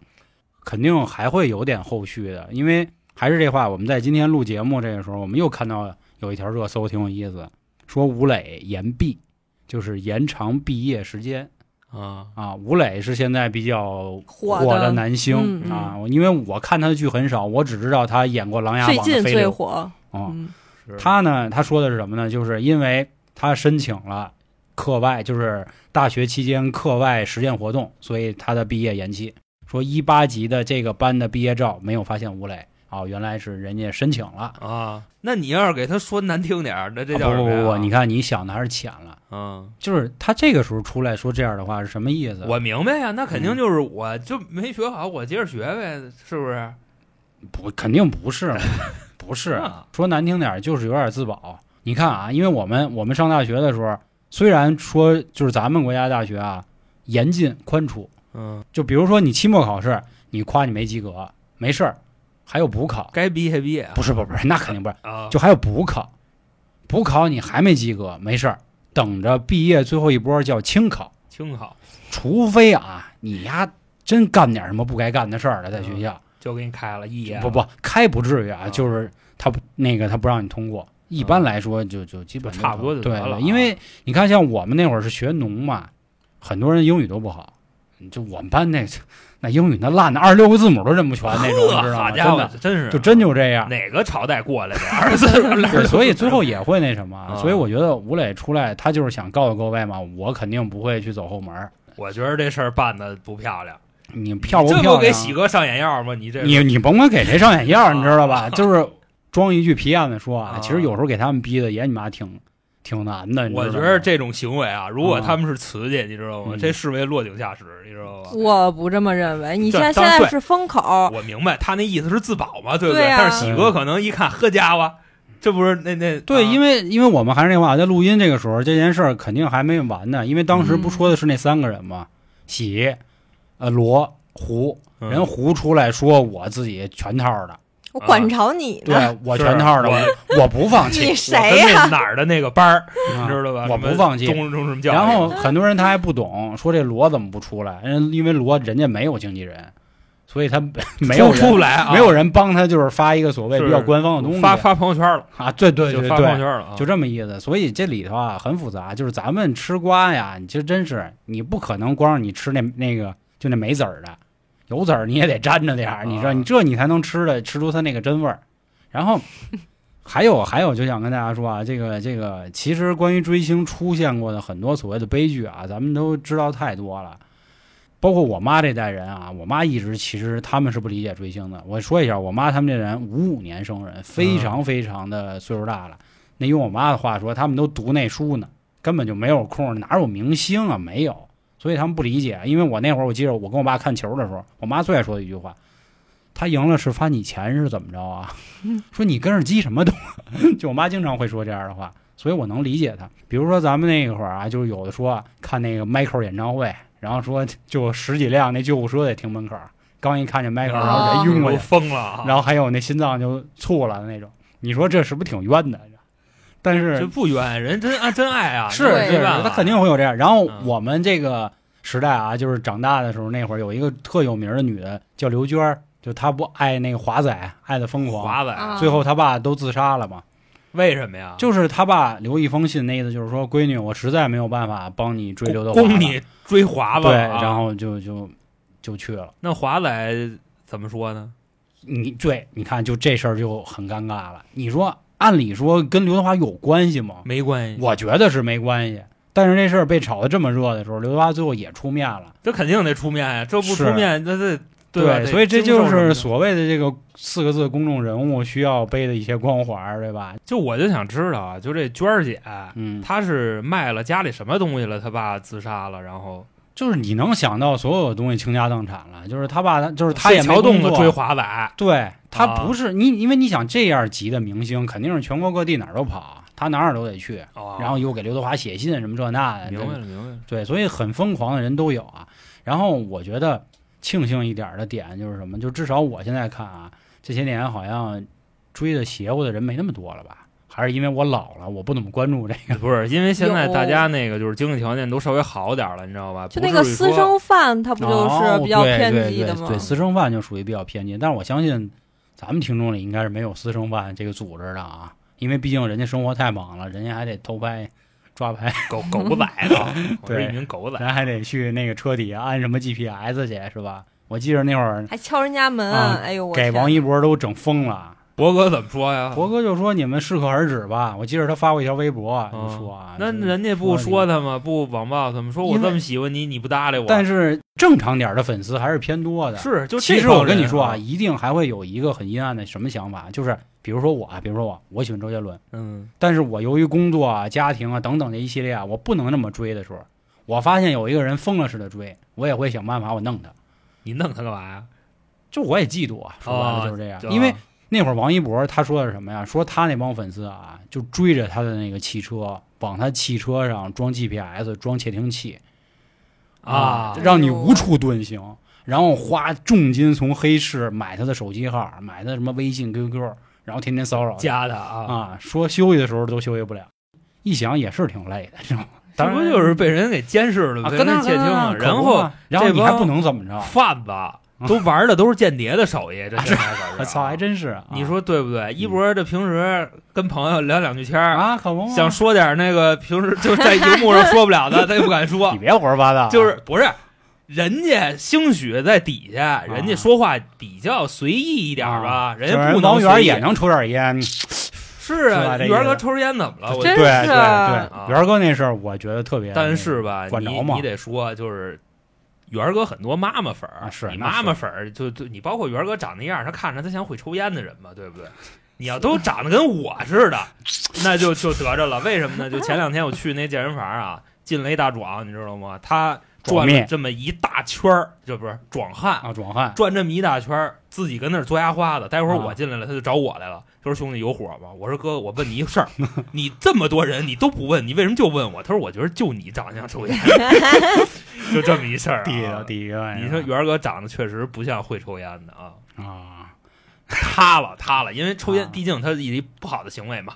S1: 肯定还会有点后续的，因为还是这话，我们在今天录节目这个时候，我们又看到有一条热搜挺有意思，说吴磊延毕，就是延长毕业时间
S2: 啊，
S1: 啊。吴磊是现在比较
S3: 火
S1: 火
S3: 的
S1: 的男星
S3: 嗯嗯
S1: 啊，我因为我看他的剧很少，我只知道他演过《琅琊
S3: 最
S1: 榜》的
S3: 近
S1: 飞
S3: 最
S1: 流
S3: 火。
S1: 啊。
S3: 嗯，
S2: 是
S1: 他呢，他说的是什么呢？就是因为他申请了课外，就是大学期间课外实践活动，所以他的毕业延期。说一八级的这个班的毕业照没有发现吴磊，哦，原来是人家申请了。
S2: 啊，那你要是给他说难听点儿，那这叫
S1: 啊
S2: 什
S1: 不
S2: 么
S1: 不
S2: 呀？
S1: 不不，你看你想的还是浅了。
S2: 嗯，
S1: 就是他这个时候出来说这样的话是什么意思？
S2: 我明白呀，那肯
S1: 嗯
S2: 定就是我就没学好，我接着学呗，是不是？
S1: 不肯定不 是嘛，不是
S2: 啊
S1: 说难听点儿就是有点自保。你看啊，因为我们我们上大学的时候，虽然说就是咱们国家大学啊严禁宽处，
S2: 嗯，
S1: 就比如说你期末考试，你夸你没及格，没事儿，还有补考，
S2: 该毕业毕业
S1: 不是不是不是，那肯定不是，
S2: 啊，
S1: 就还有补考，补考你还没及格，没事儿，等着毕业最后一波叫清考，
S2: 挺好，
S1: 除非啊你呀真干点什么不该干的事儿了，在学校，
S2: 就给你开了一眼，
S1: 不不开不至于啊，
S2: 啊
S1: 就是他不那个他不让你通过。一般来说就，就基本
S2: 就差不多就
S1: 对
S2: 得了啊
S1: 因为你看，像我们那会儿是学农嘛，很多人英语都不好，就我们班那那英语那烂的二十六个字母都认不全那种，你知
S2: 呵，
S1: 道吗？
S2: 好
S1: 真
S2: 家伙
S1: 的，
S2: 真是啊
S1: 就真就这样。
S2: 哪个朝代过来的？二十四，
S1: 对，所以最后也会那什么
S2: 啊，
S1: 所以我觉得吴磊出来，他就是想告诉各位嘛，我肯定不会去走后门儿。
S2: 我觉得这事儿办的不漂亮，
S1: 你 漂不
S2: 这
S1: 漂亮？啊
S2: 不给喜哥上眼药吗？你这
S1: 你你甭管给谁上眼药，
S2: 啊
S1: 你知道 吧？就是装一句皮样子说啊
S2: 啊，
S1: 其实有时候给他们逼的也你妈挺挺难的。你知
S2: 我
S1: 道
S2: 觉
S1: 吗
S2: 得这种行为啊，如果
S1: 啊
S2: 他们是瓷器，你知道吗？
S1: 嗯
S2: 这视为落井下石，你知道吗？
S3: 我不这么认为。你
S2: 对
S3: 现在
S2: 当
S3: 现
S2: 然
S3: 在
S2: 对
S3: 是风口，
S2: 我明白他那意思是自保嘛，对不
S3: 对啊呀
S2: 但是喜哥可能一看，呵家伙，这不是那那啊
S1: 对，因
S2: 为
S1: 为因为我们还是那话，在录音这个时候，这件事儿肯定还没完呢，因为当
S2: 嗯
S1: 时不说的是那三个人吗？喜，呃，罗胡，
S2: 嗯
S1: 人胡出来说我自己全套的，
S3: 我管着你呢。
S1: 对我全套的，我我不放弃
S3: 你，谁呀？
S2: 哪儿的那个班儿，
S1: 啊
S2: 你知道吧？
S1: 我
S2: 什
S1: 不
S2: 么
S1: 放弃。
S2: 中中什么教育？
S1: 然后很多人他还不懂，说这罗怎么不出来？人因为罗人家没有经纪人，所以他 没有
S2: 就出
S1: 人
S2: 不来啊，
S1: 没有人帮他，就是发一个所谓
S2: 是
S1: 比较官方的东西
S2: 发发朋友圈了，
S1: 啊，对对
S2: 就
S1: 对
S2: 发朋友
S1: 对
S2: 圈。了啊，
S1: 就这么意思。所以这里头啊很复杂，就是咱们吃瓜呀，你这真是你不可能光让你吃那那个就那没籽儿的，有籽儿你也得沾着点儿，你知道，
S2: 啊
S1: 你这你才能吃的吃出它那个真味儿。然后还有还有，就想跟大家说啊，这个这个其实关于追星出现过的很多所谓的悲剧啊，咱们都知道太多了。包括我妈这代人啊，我妈一直其实他们是不理解追星的。我说一下，我妈他们这人五五年生人，非常非常的岁数大了。那用我妈的话说，他们都读那书呢，根本就没有空，哪有明星啊？没有，所以他们不理解。因为我那会儿，我记得我跟我爸看球的时候，我妈最爱说的一句话，他赢了是发你钱是怎么着啊？说你跟着鸡什么东西？ 就我妈经常会说这样的话，所以我能理解她。比如说咱们那会儿啊，就是有的说啊看那个 Michael 演唱会，然后说就十几辆那救护车得停门口儿，刚一看见 Michael，然
S2: 啊
S1: 后
S3: 哦
S1: 人晕过
S2: 我
S1: 去，
S2: 疯了啊！
S1: 然后还有那心脏就猝了的那种。你说这是不是挺冤的？但是
S2: 这不冤，人真爱真爱啊，
S1: 是
S3: 对
S1: 是，
S2: 没办法
S1: 他肯定会有这样。然后
S2: 嗯
S1: 我们这个时代啊，就是长大的时候那会儿，有一个特有名的女的叫刘娟儿，就她不爱那个华仔，爱的疯狂，
S2: 滑呗。
S3: 啊
S1: 最后她爸都自杀了嘛。
S2: 为什么呀？
S1: 就是她爸留一封信，那意思就是说，闺女，我实在没有办法帮你追刘德华了，
S2: 供你追华吧。
S1: 对，
S2: 啊
S1: 然后就就就去了。
S2: 那华仔怎么说呢？
S1: 你对，你看，就这事儿就很尴尬了。你说，按理说跟刘德华有关系吗？
S2: 没关系，
S1: 我觉得是没关系。但是这事儿被炒得这么热的时候，刘德华最后也出面了，
S2: 这肯定得出面呀，这不
S1: 是
S2: 出面，那这吧？得
S1: 所以这
S2: 经受
S1: 就
S2: 什么
S1: 是
S2: 的
S1: 所谓的这个四个字公众人物需要背的一些光环儿，对吧？
S2: 就我就想知道啊，就这娟儿姐，
S1: 嗯，
S2: 她是卖了家里什么东西了？她爸自杀了，然后
S1: 就是你能想到所有东西倾家荡产了，就是他爸，他就是他也
S2: 谢
S1: 没
S2: 桥洞
S1: 工
S2: 了
S1: 作
S2: 追华仔，
S1: 对他
S2: 啊
S1: 不是你，因为你想这样级的明星，肯定是全国各地哪儿都跑，他哪儿都得去，
S2: 哦
S1: 然后又给刘德华写信什么这那的，
S2: 明白了明白了，
S1: 对，所以很疯狂的人都有啊。然后我觉得庆幸一点儿的点就是什么？就至少我现在看啊，这些年好像追的邪乎的人没那么多了吧？还是因为我老了，我不怎么关注这个。
S2: 不是因为现在
S3: 有
S2: 大家那个就是经济条件都稍微好点了，你知道吧？
S3: 就
S2: 不
S3: 那个
S2: 至于
S3: 私
S2: 说
S3: 生饭，他不就是
S1: 哦
S3: 比较
S1: 对
S3: 偏
S1: 对
S3: 激的
S1: 对
S3: 吗？
S1: 对，私生饭就属于比较偏激，但是我相信咱们听众里应该是没有私生饭这个组织的啊，因为毕竟人家生活太忙了，人家还得偷拍、抓拍，
S2: 狗狗仔 啊，我是
S1: 对
S2: 一名狗仔。
S1: 咱还得去那个车底下安什么 GPS 去，是吧？我记着那会儿
S3: 还敲人家门，
S1: 啊
S3: 哎呦我
S1: 给
S3: 天
S1: 王一博都整疯了。
S2: 博哥怎么说呀？
S1: 博哥就说你们适可而止吧。我记着他发过一条微博啊，
S2: 嗯
S1: 就说啊，
S2: 那
S1: 就是
S2: 人家不
S1: 说
S2: 说
S1: 你
S2: 他吗？不网暴他们，说我
S1: 因为
S2: 这么喜欢你，你不搭理我。啊
S1: 但是正常点儿的粉丝还是偏多的。，
S2: 是就
S1: 其
S2: 这
S1: 实
S2: 帮
S1: 我跟
S2: 人
S1: 你说啊，，一定还会有一个很阴暗的什么想法，就是比如说我，啊，比如说我，我喜欢周杰伦，
S2: 嗯，
S1: 但是我由于工作啊、家庭啊等等这一系列啊，我不能那么追的时候，我发现有一个人疯了似的追，我也会想办法我弄他，
S2: 你弄他干嘛呀？
S1: 就我也嫉妒啊，说白
S2: 哦
S1: 了就是这样，
S2: 就
S1: 因为。那会儿王一博他说的是什么呀？说他那帮粉丝啊，就追着他的那个汽车，往他汽车上装 GPS、装窃听器
S2: 啊
S3: 哎，
S1: 让你
S3: 呦
S1: 无处遁形，然后花重金从黑市买他的手机号，买他什么微信、QQ，然后天天骚扰他
S2: 加他啊，
S1: 啊，说休息的时候都休息不了。一想也是挺累的，这种
S2: 这
S1: 当然
S2: 不就是被人给监视了，
S1: 啊，
S2: 被
S1: 跟
S2: 人
S1: 他
S2: 窃听了，然后
S1: 然后
S2: 这
S1: 你还
S2: 帮啊
S1: 不能怎么着，
S2: 贩子 都玩的都是间谍的手艺，这现在可是
S1: 我 操，还真是啊，
S2: 你说对不对？一博这平时跟朋友聊两句天儿，
S1: 啊，可不嘛
S2: 想说点那个平时就在荧幕上说不 了的，他又不敢
S1: 你
S2: 说，
S1: 别胡说八道啊，
S2: 就是不是？人家兴许在底下，人家说话比较随意一点吧，人
S1: 啊就是
S2: 家不能
S1: 王
S2: 随
S1: 源
S2: 意
S1: 也能抽点烟，
S2: 是
S1: 是吧
S2: 啊，
S1: 这意
S2: 元哥
S1: 思
S2: 抽着烟怎么了？我
S3: 真
S1: 对
S3: 是
S1: 对对
S2: 啊，
S1: 元儿哥那事儿我觉得特别，
S2: 但是吧，
S1: 管着
S2: 你
S1: 嘛
S2: 你得说就是。元儿哥很多妈妈粉儿、
S1: 啊是
S2: 你
S1: 那是
S2: 妈妈粉儿就就你包括元儿哥长那样，他看着他像会抽烟的人嘛，对不 对？你要都长得跟我似的，那就就得着了。为什么呢？就前两天我去那健身房啊，进了一大壮，你知道吗？他
S1: 壮
S2: 转
S1: 面
S2: 了这么一大圈儿，这不是壮汉，
S1: 啊，壮汉
S2: 转这么一大圈儿，自己跟那儿嘬牙花子。待会儿
S1: 啊
S2: 我进来了，他就找我来了，他说：“兄弟有火吗？”我说：“哥，我问你一个事 儿，你这么多人你都不问，你为什么就问我？”他说：“我觉得就你长得像 抽烟， 就这么一事儿、
S1: 第一个
S2: 啊。”
S1: 第一个玩意儿，
S3: 哎
S2: 你说元儿哥长得确实不像会抽烟的啊，
S1: 啊，
S2: 塌了塌了，因为抽
S1: 啊
S2: 烟毕竟它是一不好的行为嘛，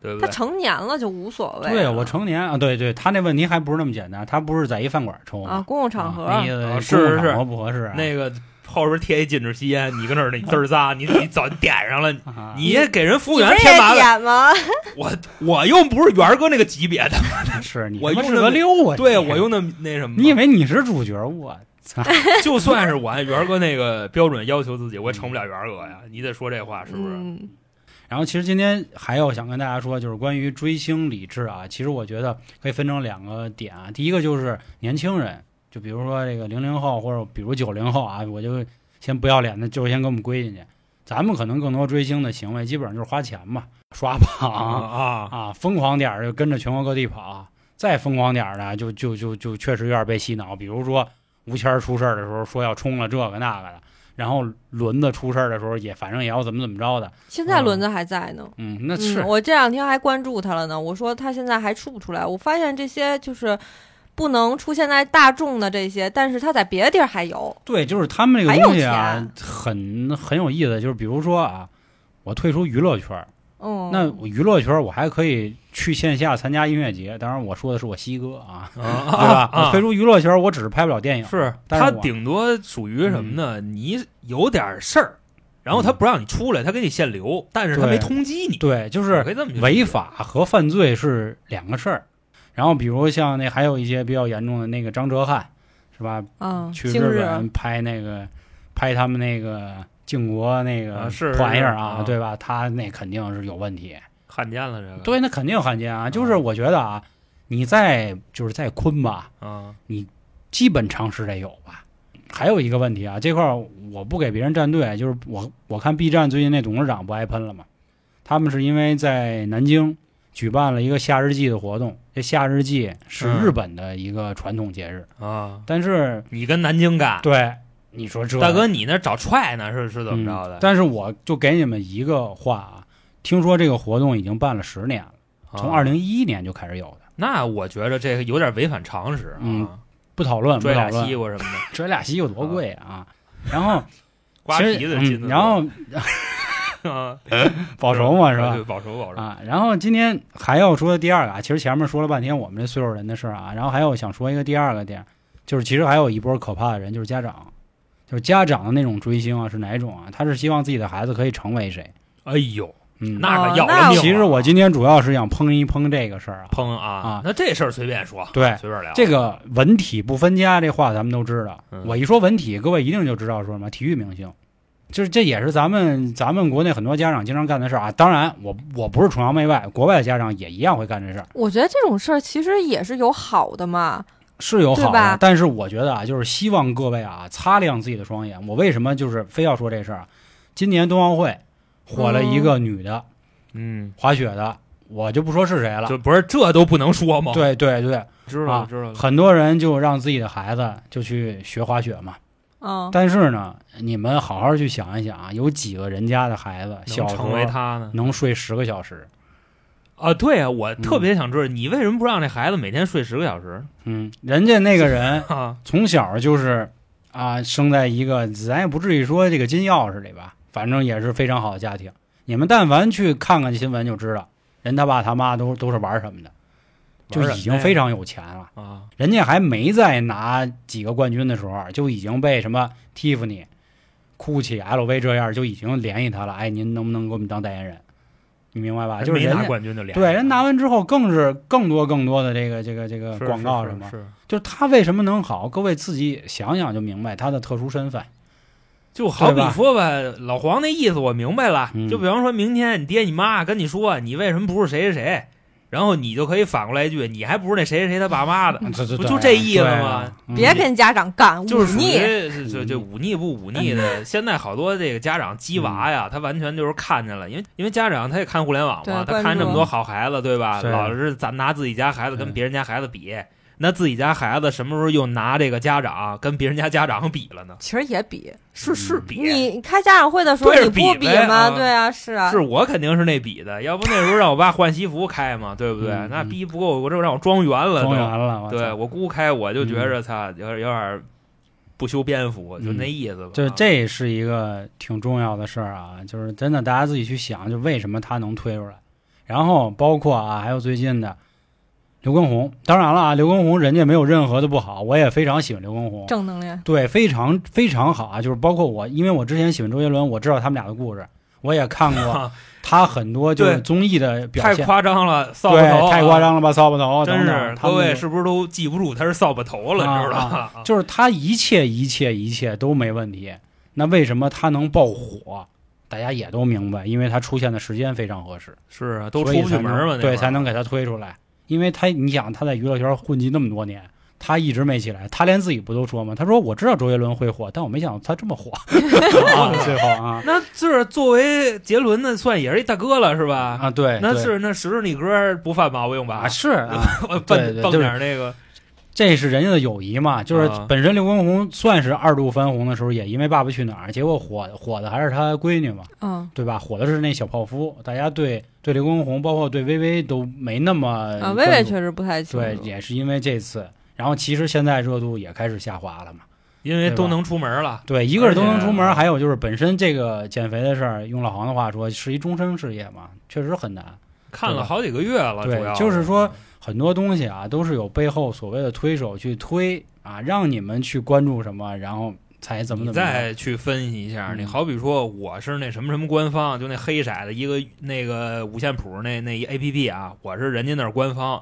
S2: 对不
S3: 他
S2: 对？
S3: 成年了就无所谓了。
S1: 对我成年啊，对对，他那问题还不是那么简单，他不是在一饭馆抽
S3: 啊，
S1: 吗？
S3: 公共场合、
S1: 啊那意
S2: 啊
S1: 思公
S2: 是
S1: 共
S2: 是
S1: 场合不合适啊，
S2: 那个后边贴一禁止吸烟，你跟那儿那滋儿咂，你你早点上了，
S1: 啊
S2: 你也给人服务
S3: 你
S2: 员
S3: 不是
S2: 添麻
S3: 也
S2: 烦。
S3: 点吗？
S2: 我我又不是元儿哥那个级别的。
S1: 是你
S2: 我
S1: 他妈
S2: 用
S1: 是
S2: 的
S1: 个溜啊，
S2: 对
S1: 你
S2: 我，用的那什么，
S1: 你以为你是主角？我操，
S2: 就算是我按元儿哥那个标准要求自己，我也成不了元儿哥 呀。你得说这话是不是？
S3: 嗯，
S1: 然后其实今天还有想跟大家说，就是关于追星理智啊，其实我觉得可以分成两个点啊。第一个就是年轻人，就比如说这个零零后或者比如九零后啊，我就先不要脸的，就先给我们归进去。咱们可能更多追星的行为，基本上就是花钱嘛，刷榜
S2: 啊
S1: 啊，疯狂点儿就跟着全国各地跑，再疯狂点儿的就就就就确实有点被洗脑。比如说吴谦儿出事儿的时候说要冲了这个那个的，然后轮子出事儿的时候也反正也要怎么怎么着的，
S3: 现在轮子还在呢。
S1: 嗯，那是
S3: 嗯，我这两天还关注他了呢。我说他现在还出不出来？我发现这些就是不能出现在大众的这些，但是他在别的地儿还有。
S1: 对，就是他们这
S3: 还
S1: 个
S3: 有
S1: 东西啊
S3: 钱，
S1: 很很有意思，就是比如说啊，我退出娱乐圈儿，
S3: 嗯，
S1: 那我娱乐圈儿我还可以去线下参加音乐节，当然我说的是我西哥啊，
S3: 哦
S2: 啊
S1: 对吧？
S2: 啊
S1: 我退出娱乐圈儿，我只是拍不了电影，
S2: 是
S1: 但是
S2: 他
S1: 我嗯
S2: 顶多属于什么呢？你有点事儿，然后他不让你出来，他给你限流，但是他
S1: 对
S2: 没通缉你，
S1: 对，就
S2: 我
S1: 是
S2: 可以这么去
S1: 违法和犯罪是两个事儿。然后比如像那还有一些比较严重的那个张哲瀚，是吧？
S3: 啊，
S1: 去
S3: 今
S1: 日
S3: 日
S1: 本拍那个拍他们那个靖国那
S2: 啊
S1: 个
S2: 是是
S1: 玩意儿
S2: 是啊
S1: 啊，对吧？他那肯定是有问题。
S2: 汉奸了这个。
S1: 对，那肯定罕见啊。就是我觉得啊，你在就是在昆吧，
S2: 啊，
S1: 基本常识得有吧。还有一个问题啊，这块儿我不给别人站队，就是我我看 B 站最近那董事长不挨喷了嘛，他们是因为在南京举办了一个夏日祭的活动，这夏日祭是
S2: 嗯
S1: 日本的一个传统节日，
S2: 啊，
S1: 但是
S2: 你跟南京干，
S1: 对你说这嗯
S2: 大哥，你那找踹呢？是是怎么着的？
S1: 但是我就给你们一个话啊，听说这个活动已经办了十年了，从
S2: 啊
S1: 二零一一年就开始有的，
S2: 那我觉着这个有点违反常识啊
S1: 嗯，不讨论不
S2: 拽
S1: 讨
S2: 俩
S1: 论
S2: 西，瓜什么的，
S1: 这俩席有多贵啊？然后
S2: 刮
S1: 其实
S2: 皮子
S1: 嗯，
S2: 进的多，
S1: 然后
S2: 啊
S1: 保熟嘛是
S2: 对
S1: 吧？
S2: 保熟保熟，
S1: 啊，然后今天还要说的第二个啊，其实前面说了半天我们这岁数人的事儿啊，然后还有想说一个第二个点，就是其实还有一波可怕的人，就是家长，就是家长的那种追星啊，是哪种啊？他是希望自己的孩子可以成为谁？
S2: 哎呦，
S1: 嗯，
S2: 那
S3: 哦
S2: 个要
S3: 那
S2: 了命了啊。
S1: 其实我今天主要是想碰一碰这个事儿啊，
S2: 碰啊
S1: 啊，
S2: 那这事儿随便说，
S1: 对
S2: 随便聊。
S1: 这个文体不分家这话咱们都知道
S2: 嗯。
S1: 我一说文体，各位一定就知道说什么体育明星，就是这也是咱们咱们国内很多家长经常干的事儿啊。当然，我我不是崇洋媚外，国外的家长也一样会干这事儿，
S3: 我觉得这种事儿其实也是有好的嘛。
S1: 是有好
S3: 对吧
S1: 的。但是我觉得啊，就是希望各位啊擦亮自己的双眼。我为什么就是非要说这事儿啊？今年冬奥会火了一个女的、
S2: 嗯，
S1: 滑雪的，我就不说是谁了。
S2: 就不是这都不能说吗？，
S1: 对对对，
S2: 知道了
S1: 啊
S2: 知道了。
S1: 很多人就让自己的孩子就去学滑雪嘛。
S3: 嗯，
S1: 但是呢，你们好好去想一想啊，有几个人家的孩子小
S2: 能
S1: 时候嗯
S2: 成为他呢？
S1: 能睡十个小时？
S2: 啊，对啊，我
S1: 嗯
S2: 特别想知道你为什么不让这孩子每天睡十个 小时
S1: 嗯，人家那个人
S2: 啊？
S1: 从小就是啊，生在一个咱也不至于说这个金钥匙里吧，反正也是非常好的家庭。你们但凡去看看新闻就知道，人他爸他妈都都是玩什么的，就
S2: 玩什么
S1: 已经
S2: 呀
S1: 非常有钱了。
S2: 啊，
S1: 人家还没在拿几个冠军的时候，就已经被什么 Tiffany、GUCCI、LV 这样就已经联系他了。哎，您能不能给我们当代言人？你明白吧？就是
S2: 没
S1: 人
S2: 啊拿
S1: 家
S2: 冠军就连
S1: 对人拿完之后，更是更多更多的这个这个这个
S2: 是
S1: 广告
S2: 是
S1: 什么，
S2: 是是
S1: 就是他为什么能好？各位自己想想就明白他的特殊身份。
S2: 就好比
S1: 对吧
S2: 说吧，老黄那意思我明白了。
S1: 嗯
S2: 就比方说明天你爹你妈跟你说你为什么不是谁谁谁，然后你就可以反过来一句，你还不是那谁谁谁他爸妈的。
S1: 这这
S2: 不嗯就这意思吗？
S3: 别
S1: 给
S3: 跟家长干，忤
S2: 就是属
S3: 逆。
S2: 于就就忤逆不忤逆
S1: 嗯
S2: 的。现在好多这个家长鸡娃呀，他完全就是看见了，因为因为家长他也看互联网
S3: 对
S2: 嘛，他
S3: 关
S2: 看这么
S1: 注
S2: 多好孩子，对吧？
S1: 对
S2: 老是咱拿自己家孩子跟
S1: 对
S2: 别人家孩子比，那自己家孩子什么时候又拿这个家长跟别人家家长比了呢？
S3: 其实也比
S2: 是
S1: 嗯
S2: 是比，
S3: 你开家长会的时候
S2: 对
S3: 你不
S2: 比呗
S3: 吗？
S2: 啊
S3: 对啊，是啊，
S2: 是我肯定是那比的，要不那时候让我爸换西服开嘛，对不对？
S1: 嗯
S2: 那
S1: 嗯
S2: 逼不够，我这让我装圆了都，
S1: 装圆了，我操嗯
S2: 对我姑开，我就觉着他有点有点不修边幅，就那意思吧。
S1: 就是
S2: 啊
S1: 这是一个挺重要的事儿啊，就是真的大家自己去想，就为什么他能推出来，然后包括啊，还有最近的刘畊宏，当然了啊，刘畊宏人家没有任何的不好，我也非常喜欢刘畊宏，
S3: 正能量。
S1: 对，非常非常好啊，就是包括我，因为我之前喜欢周杰伦，我知道他们俩的故事，我也看 过他很多就是
S2: 对
S1: 综艺的表
S2: 太
S1: 现，
S2: 夸张了，扫把
S1: 对
S2: 头啊，，
S1: 太夸张了吧，骚不头，等
S2: 真是
S1: 等，他
S2: 各
S1: 们
S2: 位
S1: 就是
S2: 不是都记不住他是扫把头了，
S1: 啊
S2: 知道吧？啊
S1: 就是他一切一切一切都没问题，那为什么他能爆火？大家也都明白，因为他出现的时间非常合适，
S2: 是啊，都
S1: 所
S2: 出
S1: 以
S2: 不去
S1: 才能
S2: 门嘛，那会
S1: 对，
S2: 儿
S1: 才能给他推出来。因为他，你想他在娱乐圈混迹那么多年，他一直没起来，他连自己不都说吗？他说我知道周杰伦会火，但我没想到他这么火啊！
S2: 哦
S1: 最后啊
S2: 那就是作为杰伦那算也是一大哥了，是吧？
S1: 啊，对，
S2: 那
S1: 对
S2: 是那时时你歌不犯毛病吧
S1: 啊？是啊，
S2: 我
S1: 对
S2: 蹦
S1: 对
S2: 蹦
S1: 就是
S2: 点儿那个
S1: 这是人家的友谊嘛，就是
S2: 啊
S1: 本身刘畊宏算是二度翻红的时候，也因为《爸爸去哪儿》，结果火火的还是他闺女嘛，
S3: 嗯
S1: 对吧？火的是那小泡芙，大家对对刘畊宏，包括对薇薇都没那么
S3: 啊，
S1: 关
S3: 薇薇
S1: 注
S3: 确实不太清
S1: 呃对，
S3: 楚。
S1: 也是因为这次。然后其实现在热度也开始下滑了嘛。
S2: 因为
S1: 对吧
S2: 都能出门了。
S1: 对，一个是都能出
S2: 而且啊
S1: 门，还有就是本身这个减肥的事儿，用老黄的话说是一终身事业嘛，确实很难。
S2: 看了好几个月了，
S1: 对
S2: 啊主要
S1: 就是说，很多东西啊，都是有背后所谓的推手去推啊，让你们去关注什么，然后才怎么
S2: 你
S1: 怎么样。啊
S2: 再去分析一下，
S1: 嗯
S2: 你好比说我是那什么什么官方，就那黑色的一个那个五线谱那那一 A P P 啊，我是人家那儿官方，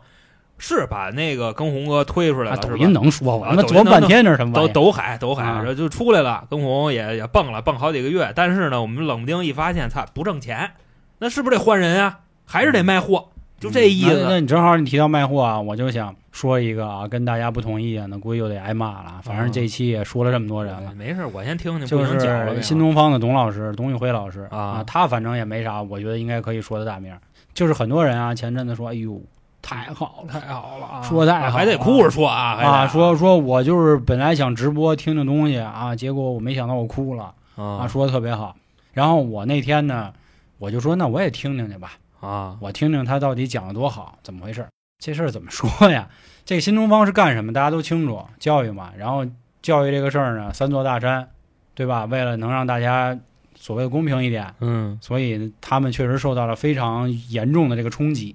S2: 是把那个跟红哥推出来
S1: 啊，
S2: 了，
S1: 抖
S2: 是
S1: 音
S2: 吧？
S1: 能说吗？
S2: 啊
S1: 那
S2: 抖
S1: 琢
S2: 音
S1: 磨
S2: 能
S1: 半天这是什么玩意
S2: 抖
S1: 儿？
S2: 抖海抖海，
S1: 啊
S2: 然后就出来了，跟红也也蹦了蹦好几个月，但是呢，我们冷不丁一发现，操，不挣钱，那是不是得换人啊？还是得卖货，就这意
S1: 那嗯那
S2: 思。
S1: 你正好你提到卖货啊，我就想说一个啊，跟大家不同意啊，那估计又得挨骂了。反正这期也说了这么多人了。
S2: 哎没事，我先听啊听，不
S1: 就
S2: 能讲了
S1: 是
S2: 呗
S1: 新东方的董老师，董宇辉老师
S2: 啊
S1: 他反正也没啥，我觉得应该可以说的大名儿。就是很多人啊，前阵子说，哎呦，太好了
S2: 太好了啊，
S1: 说太好
S2: 啊
S1: 了
S2: 还得哭着说啊，还得
S1: 啊，说说我就是本来想直播听听东西啊，结果我没想到我哭了啊，
S2: 啊
S1: 说的特别好。然后我那天呢，我就说那我也听听去吧，
S2: 啊，
S1: 我听听他到底讲的多好，怎么回事儿？这事儿怎么说呀？这个新东方是干什么？大家都清楚，教育嘛。然后教育这个事儿呢，三座大山，对吧？为了能让大家所谓的公平一点，
S2: 嗯
S1: 所以他们确实受到了非常严重的这个冲击。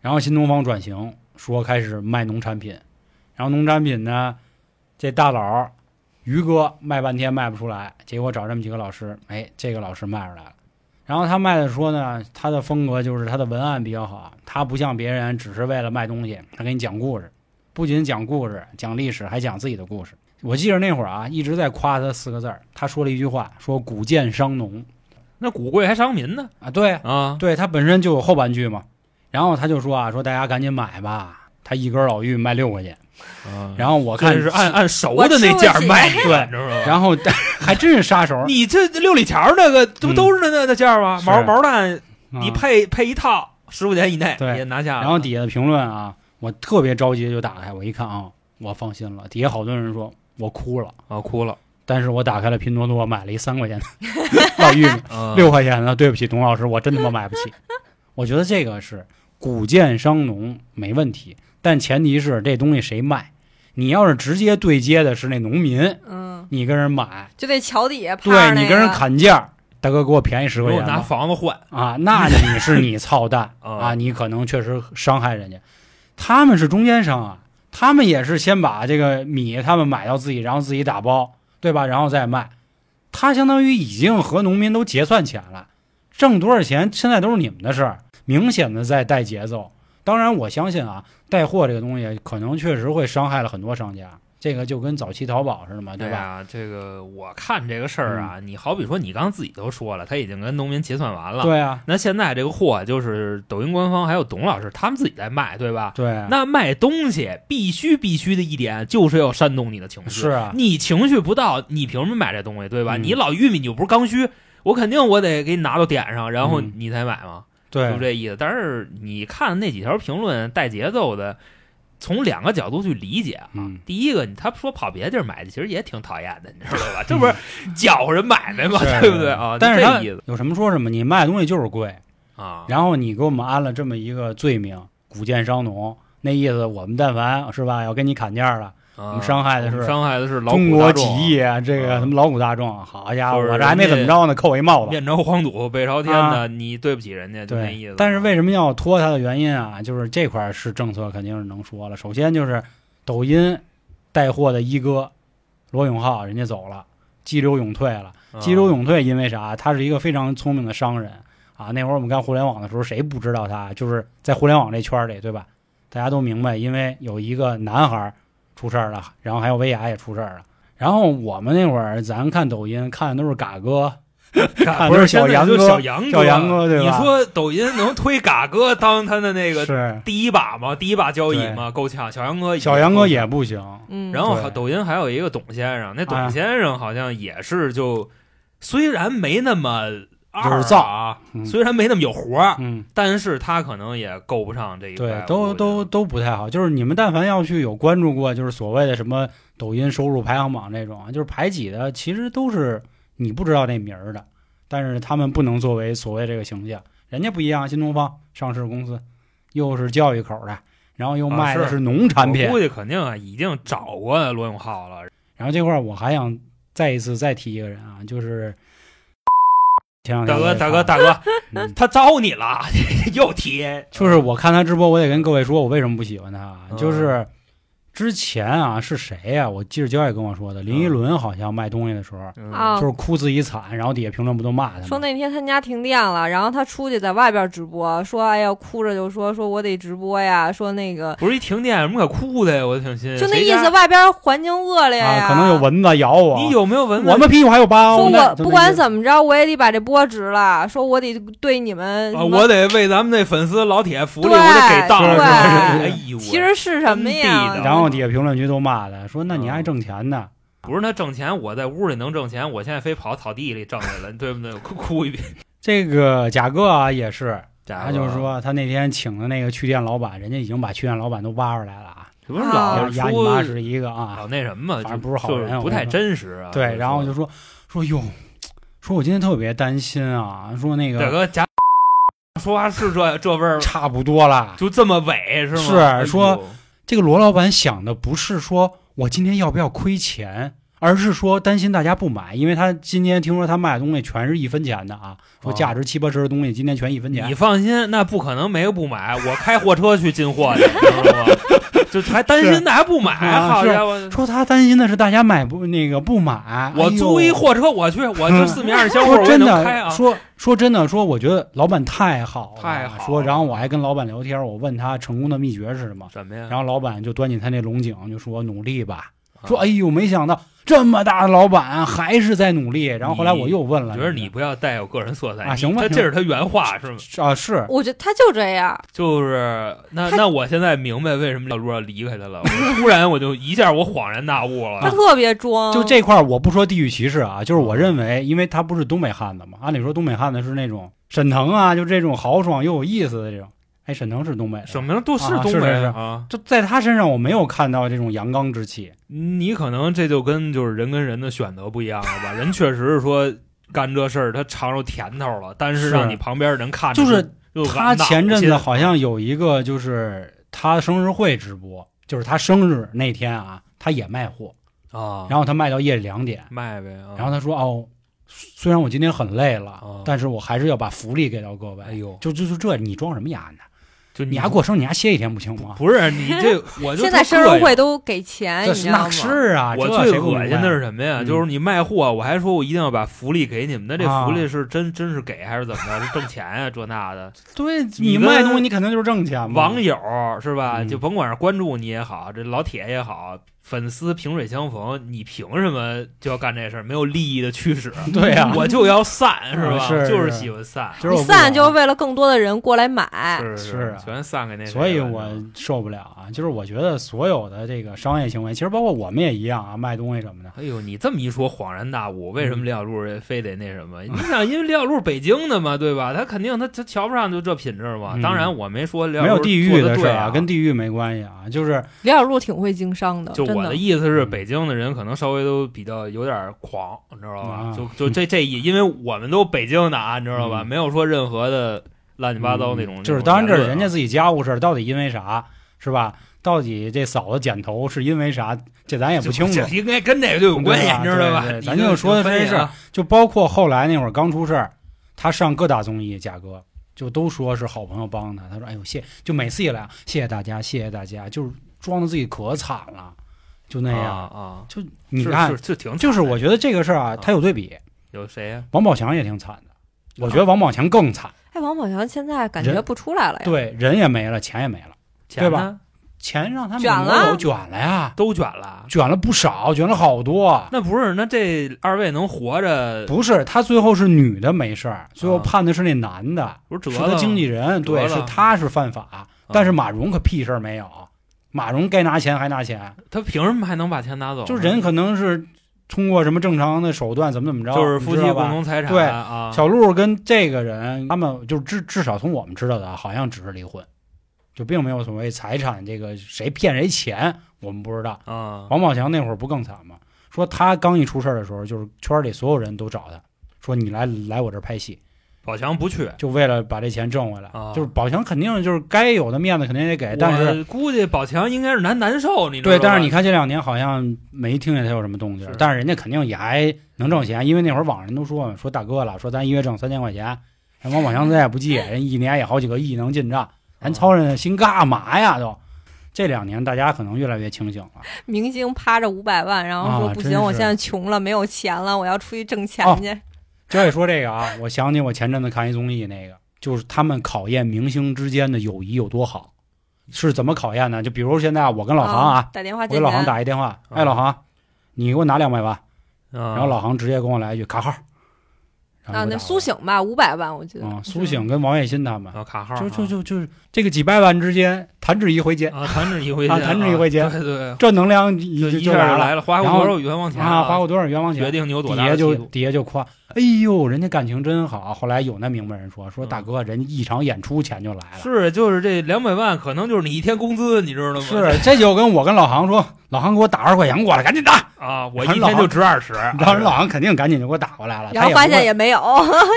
S1: 然后新东方转型，说开始卖农产品，然后农产品呢，这大佬儿于哥卖半天卖不出来，结果找这么几个老师，哎，这个老师卖出来了。然后他卖的说呢，他的风格就是他的文案比较好，他不像别人只是为了卖东西，他给你讲故事，不仅讲故事，讲历史，还讲自己的故事。我记得那会儿啊，一直在夸他四个字儿，他说了一句话，说“古建商农”，
S2: 那古贵还伤民呢
S1: 啊，对啊，
S2: 啊，
S1: 对他本身就有后半句嘛。然后他就说啊，说大家赶紧买吧，他一根老玉卖六块钱。
S2: 然
S1: 然后我
S2: 后
S1: 看
S2: 嗯是按按熟
S3: 我
S2: 的那
S3: 吃不
S2: 价儿
S3: 起
S2: 卖，
S1: 对
S2: 你知道吗？
S1: 然后 还真是杀手儿，
S2: 你这六里桥那个这
S1: 嗯
S2: 不都是那那那价儿吗？
S1: 是
S2: 毛毛蛋你
S1: 啊
S2: 配配一套十块钱以内
S1: 对
S2: 也拿下了，
S1: 然后底下的评论啊，我特别着急就打开，我一看啊，我放心了。底下好多人说我哭了，
S2: 啊哭了，
S1: 但是我打开了拼多多，买了一三块钱的 老玉米，
S2: 啊
S1: 六块钱的，对不起，董老师，我真他妈买不 起。我觉得这个是古建商农没问题，但前提是这东西谁卖。你要是直接对接的是那农民，
S3: 嗯，
S1: 你跟人买，
S3: 就那桥底下趴
S1: 对
S3: 着那
S1: 你
S3: 个，
S1: 跟人砍价，大哥给我便宜十
S2: 给
S1: 块
S2: 我
S1: 钱
S2: 拿
S1: 吧
S2: 房子换
S1: 啊，那你是你操 蛋啊，你可能确实伤害人家。他们是中间商啊，他们也是先把这个米他们买到自己，然后自己打包，对吧？然后再卖，他相当于已经和农民都结算钱了，挣多少钱现在都是你们的事儿，明显的在带节奏。当然，我相信啊，带货这个东西可能确实会伤害了很多商家，这个就跟早期淘宝似的嘛，
S2: 对
S1: 吧？嗯
S2: 呀，这个我看这个事儿啊，你好比说你刚自己都说了，他已经跟农民结算完了。
S1: 对啊，
S2: 那现在这个货就是抖音官方还有董老师他们自己在卖，对吧？
S1: 对啊，
S2: 那卖东西必须必须的一点就是要煽动你的情绪，
S1: 是啊，
S2: 你情绪不到，你凭什么买这东西，对吧？
S1: 嗯
S2: 你老玉米你又不是刚需，我肯定我得给你拿到点上，然后
S1: 嗯
S2: 你才买嘛，
S1: 对
S2: 是不是这意思？但是你看那几条评论带节奏的，从两个角度去理解啊。
S1: 嗯，
S2: 第一个，你他说跑别的地儿买去，其实也挺讨厌的，你 知道吧？这不是搅和人买卖嘛，
S1: 是
S2: 对不对啊？
S1: 但是
S2: 就
S1: 他
S2: 这意思
S1: 有什么说什么，你卖的东西就是贵，
S2: 啊，
S1: 然后你给我们安了这么一个罪名“古建商农”，那意思我们但凡是吧，要跟你砍价了，
S2: 啊我
S1: 我们伤害的是
S2: 伤害的是劳苦
S1: 中国
S2: 大
S1: 几
S2: 众
S1: 亿啊这个
S2: 嗯
S1: 什么老古大众，好家伙，
S2: 就是
S1: 我这还没怎么着呢，扣我一帽子。
S2: 啊面朝黄土背朝天的，
S1: 啊
S2: 你对不起人家，就那意
S1: 对
S2: 思。，啊
S1: 但是为什么要拖它的原因啊，就是这块儿是政策肯定是能说了。首先就是抖音带货的一哥罗永浩，人家走了，激流勇退了。
S2: 啊
S1: 激流勇退，因为啥？他是一个非常聪明的商人啊。那会儿我们干互联网的时候，谁不知道他？就是在互联网这圈儿里，对吧？大家都明白，因为有一个男孩儿出事儿了，然后还有薇娅也出事儿了。然后我们那会儿，咱看抖音看的都是嘎哥，看
S2: 不
S1: 都
S2: 是
S1: 是小杨
S2: 杨
S1: 哥
S2: 小杨
S1: 小杨哥对吧
S2: 你说抖音能推嘎哥当他的那个
S1: 是
S2: 第一把吗？第一把交椅吗？够呛，小杨哥，
S1: 小杨哥。也不行，
S3: 嗯，
S2: 然后
S1: 对
S2: 还抖音还有一个董先生，那
S1: 哎
S2: 董先生好像也是就，虽然没那么。二
S1: 有造
S2: 啊，
S1: 嗯
S2: 虽然没那么有活儿，
S1: 嗯，
S2: 但是他可能也够不上这一块
S1: 对
S2: 儿，，
S1: 都
S2: 我觉
S1: 都
S2: 得
S1: 都不太好。就是你们但凡要去有关注过，就是所谓的什么抖音收入排行榜这种啊，就是排挤的，其实都是你不知道那名儿的，但是他们不能作为所谓这个形象。人家不一样，新东方上市公司，又是教育口的，然后又
S2: 啊
S1: 卖的
S2: 是
S1: 是农产品
S2: 我，估计肯定啊已经找过罗永浩了。
S1: 然后这块儿我还想再一次再提一个人啊，就是前两天
S2: 大
S1: 我
S2: 哥，
S1: 也
S2: 大
S1: 看
S2: 哥，
S1: 了
S2: 大哥，
S1: 嗯
S2: 他招你了， 又提
S1: 就是我看他直播，我得跟各位说，我为什么不喜欢他啊，
S2: 嗯
S1: 就是之前啊是谁呀、我记着焦也跟我说的，林依轮好像卖东西的时候，
S2: 嗯
S3: 啊
S1: 就是哭自己惨，然后底下评论不都骂他
S3: 说
S1: 吗？
S3: 那天他家停电了，然后他出去在外边直播，说哎呀哭着就说说我得直播呀，说那个
S2: 不是一停电有什么可哭的呀？我挺心
S3: 就那
S2: 谁
S3: 意
S2: 家
S3: 思，外边环境恶劣呀，
S1: 呃啊，可能有蚊子咬我，
S2: 你有没有闻闻
S1: 我们屁股还有疤，
S3: 说
S1: 们
S3: 我
S1: 就那
S3: 不管
S1: 意思
S3: 怎么着，我也得把这播值了。说我得对你们
S2: 啊，
S3: 什么
S2: 我得为咱们那粉丝老铁福利，我
S3: 对
S2: 得给当。
S1: 是是
S2: 哎
S1: 是
S2: 呦喂，
S3: 其实是什么
S2: 真地
S3: 呀？
S2: 道
S1: 然后底下评论区都骂他，说那你
S2: 嗯
S1: 还挣钱呢？
S2: 不是他挣钱，我在屋里能挣钱，我现在非跑草地里挣来了，对不对？哭 哭一遍。
S1: 这个贾哥啊也是，他
S2: 他
S1: 就说他那天请的那个去店老板，人家已经把去店老板都挖出来了啊，
S2: 什么老
S3: 哦
S1: 压压你妈
S2: 说
S1: 是一个啊，
S2: 老那什么，
S1: 反
S2: 就
S1: 正不是好人
S2: 就
S1: 我
S2: 不
S1: 跟
S2: 太
S1: 你说
S2: 真实啊。
S1: 对，然后就
S2: 就
S1: 说说哟，说我今天特别担心啊，说那
S2: 大
S1: 个
S2: 哥贾说话是这这 味儿吗，
S1: 差不多啦。
S2: 就这么伪是吗？
S1: 是
S2: 哎呦
S1: 说这个罗老板想的不是说我今天要不要亏钱，而是说担心大家不买，因为他今天听说他卖的东西全是一分钱的啊，说
S2: 哦
S1: 价值七八十的东西今天全一分
S2: 你
S1: 钱。
S2: 放心，那不可能没个不买，我开货车去进货去，知道吗？就还担
S1: 是
S2: 心大家不买，
S1: 啊
S2: 好
S1: 是
S2: 家伙！
S1: 说他担心的是大家买不那个不买，
S2: 我
S1: 哎呦
S2: 租一货车，我去，我就四米二小伙，
S1: 说
S2: 我也
S1: 真
S2: 能开啊
S1: 的，。说说真的，说我觉得老板太好了，啊
S2: 太好
S1: 说，
S2: 了
S1: 然后我还跟老板聊天，我问他成功的秘诀是什么，
S2: 什么呀？
S1: 然后老板就端起他那龙井，就说努力吧。
S2: 嗯啊
S1: 说哎呦，没想到这么大的老板还是在努力。然后后来我又问
S2: 我
S1: 了，
S2: 觉得你不要带有个人色彩
S1: 啊行吧
S2: 他
S1: 行
S2: 这是他原话是吗？
S1: 啊是
S3: 我觉得他就这样，
S2: 就是那
S3: 他
S2: 那我现在明白为什么老朱要离开他了。我突然我就一下我恍然大悟
S3: 他
S2: 了。
S3: 特别装。
S1: 啊就这块儿我不说地域歧视啊，就是我认为，因为他不是东北汉子嘛，按理说东北汉子是那种沈腾啊，就这种豪爽又有意思的这种。哎，沈腾是东北的，
S2: 什么呀都是
S1: 啊
S2: 东北
S1: 是是是
S2: 人啊，
S1: 就在他身上我没有看到这种阳刚之气。
S2: 你可能这就跟就是人跟人的选择不一样了吧？人确实是说干这事儿他尝着甜头了，但是
S1: 是
S2: 让你旁边人看着
S1: 就是
S2: 就
S1: 他前阵子
S2: 的
S1: 好像有一个就是他生日会直播，就是他生日那天啊，他也卖货，
S2: 啊，
S1: 然后他卖到夜里两点。
S2: 卖呗啊，
S1: 然后他说：“哦，虽然我今天很累了，
S2: 啊
S1: 但是我还是要把福利给到各位。
S2: 哎呦
S1: 就就就这，你装什么牙呢？
S2: 就
S1: 你还过生日，你还歇一天不行吗？
S2: 不是你这我就
S3: 现在
S2: 特
S3: 生日
S2: 膈应
S3: 会都给钱，
S1: 这
S3: 你
S1: 是
S3: 知道
S1: 那
S3: 吗？
S1: 是啊，
S2: 哎我
S1: 这
S2: 最
S1: 谁不
S2: 恶
S1: 明
S2: 心
S1: 白
S2: 的是什么呀？
S1: 嗯
S2: 就是你卖货，我还说我一定要把福利给你们，那这
S1: 啊
S2: 福利是真真是给还是怎么着？是挣钱呀、这那的。
S1: 对
S2: 你
S1: 你
S2: 跟
S1: 卖东西，你肯定就是挣钱嘛。
S2: 网友是吧？
S1: 啊嗯
S2: 就甭管是关注你也好，这老铁也好，粉丝萍水相逢，你凭什么就要干这事儿？没有利益的驱使，
S1: 对呀、
S2: 我就要散是吧？
S1: 啊是
S2: 就是是喜欢散，
S1: 就是
S3: 你
S1: 我不
S3: 散就是
S1: 懂
S3: 为了更多的人过来买。
S2: 是
S1: 是啊
S2: 全散给那谁了。
S1: 所以我
S2: 是吧
S1: 受不了啊！就是我觉得所有的这个商业行为，其实包括我们也一样啊，卖东西什么的。
S2: 哎呦，你这么一说恍然大悟，为
S1: 嗯
S2: 什么李小璐人非得那什么？你想，因为李小璐北京的嘛，对吧？他肯定他他瞧不上就这品质嘛。
S1: 嗯
S2: 当然，我没说李小
S1: 没
S2: 璐
S1: 有地域的事
S2: 对
S1: 儿啊，跟地域没关系啊，就是
S3: 李小璐挺会经商的，
S2: 就
S3: 啊真
S2: 我
S3: 的
S2: 的。意思是，
S1: 嗯
S2: 北京的人可能稍微都比较有点狂，你知道吧
S1: 啊？
S2: 就 就这这一，因为我们都北京的啊，你知道吧？
S1: 嗯
S2: 没有说任何的乱七八糟那种。
S1: 就是
S2: 那种
S1: 当然这是人
S2: 言论啊
S1: 家自己家务事儿，到底因为啥是吧？到底这嫂子剪头是因为啥？这咱也不清楚
S2: 这。应该跟这个就有关系
S1: 对啊，
S2: 你知道吧
S1: 对对？对
S2: 你
S1: 咱就说的
S2: 你分析
S1: 这事儿
S2: 啊
S1: 就包括后来那会儿刚出事儿，他上各大综艺，贾哥就都说是好朋友帮他。他说：“哎呦，谢，就每次一来，啊谢谢大家，谢谢大家。”就是装的自己可惨了，就那样。
S2: 啊啊！
S1: 就你
S2: 是
S1: 看，
S2: 是是挺惨的，
S1: 就是我觉得这个事儿啊，他有对比。
S2: 有谁啊呀？
S1: 王宝强也挺惨的，我觉得王宝强更惨。
S3: 哎，王宝强现在感觉
S1: 人
S3: 不出来了呀。
S1: 对，人也没了，钱也没了，
S2: 钱
S1: 对吧
S2: 呢？
S1: 钱让他们
S3: 卷
S1: 挪
S3: 了
S1: 走卷了呀，
S2: 都卷了。
S1: 卷了不少，卷了好多。
S2: 那不是，那这二位能活着，
S1: 不是，他最后是女的没事儿，最后
S2: 啊
S1: 判的是那男的，
S2: 不是折
S1: 是
S2: 了
S1: 他
S2: 吗
S1: 经纪人，对，
S2: 折
S1: 是
S2: 了啊
S1: 他是犯法，但是马蓉可屁事儿没有，马蓉该拿钱还拿钱，
S2: 他凭什么还能把钱拿走呢？
S1: 就是人可能是通过什么正常的手段怎么怎么着，
S2: 就是
S1: 你
S2: 夫妻
S1: 知道吧
S2: 共同财产
S1: 对
S2: 啊，
S1: 小鹿跟这个人，他们就至至少从我们知道的啊，好像只是离婚，就并没有所谓财产这个谁骗谁钱，我们不知道。
S2: 啊，
S1: 王宝强那会儿不更惨吗？说他刚一出事儿的时候，就是圈里所有人都找他，说你来来我这儿拍戏，
S2: 宝强不去，
S1: 就为了把这钱挣回来。
S2: 啊
S1: 就是宝强肯定就是该有的面子肯定得给，哎但是
S2: 我估计宝强应该是难难受，你知道
S1: 对，
S2: 吧
S1: 但是你看这两年好像没听见他有什么动静，
S2: 是
S1: 但是人家肯定也还能挣钱，因为那会儿网上人都说嘛，说大哥了，说咱一月挣三千块钱，人王宝强咱也 不记，人一年也好几个亿能进
S2: 啊
S1: 账，咱操着心干嘛呀都？这两年大家可能越来越清醒了。
S3: 明星趴着五百万，然后说
S1: 啊
S3: 不
S1: 真
S3: 行，
S1: 是哦
S3: 我现在穷了，没有钱了，我要出去挣钱去。
S1: 焦姐说这个啊，我想起我前阵子看一综艺，那个就是他们考验明星之间的友谊有多好，是怎么考验呢？就比如现在我跟老航啊，
S3: 嗯打电话
S1: 我
S3: 见
S1: 给老航
S3: 人，
S1: 打一电话，哎，老航，你给我拿两百万，
S2: 啊，
S1: 然后老航直接跟我来一句卡号，然后
S3: 啊，
S1: 就
S3: 那
S1: 打
S3: 苏醒嗯吧，五百万，我记得。
S1: 啊，
S3: 是
S1: 苏
S3: 吧
S1: 醒跟王栎鑫他们
S2: 然，后卡号
S1: 就就就就是这个几百万之间弹指一挥间，
S2: 啊，弹指一挥
S1: 啊
S2: 间，
S1: 弹指一挥间
S2: 啊对对，
S1: 这能量
S2: 就
S1: 一
S2: 一
S1: 就
S2: 下
S1: 来
S2: 就
S1: 了
S2: 来了，花
S1: 然
S2: 过
S1: 后
S2: 多少冤枉钱
S1: 啊，花过多少冤枉钱
S2: 决？定你有多
S1: 底
S2: 大
S1: 下
S2: 的
S1: 就
S2: 气度
S1: 底下就夸，哎呦，人家感情真好。后来有那明白人说，说
S2: 嗯
S1: 大哥，人一场演出钱就来了。
S2: 是就是这两百万，可能就是你一天工资，你知道吗？
S1: 是，这就跟我跟老航说，老航给我打二十块钱过来，赶紧打。
S2: 啊，我
S1: 然后
S2: 一
S1: 老
S2: 天就值二十，啊
S1: 当时老航肯定赶紧就给我打过来了。
S3: 然后
S1: 他
S3: 发
S1: 也不
S3: 现
S1: 会
S3: 也没有，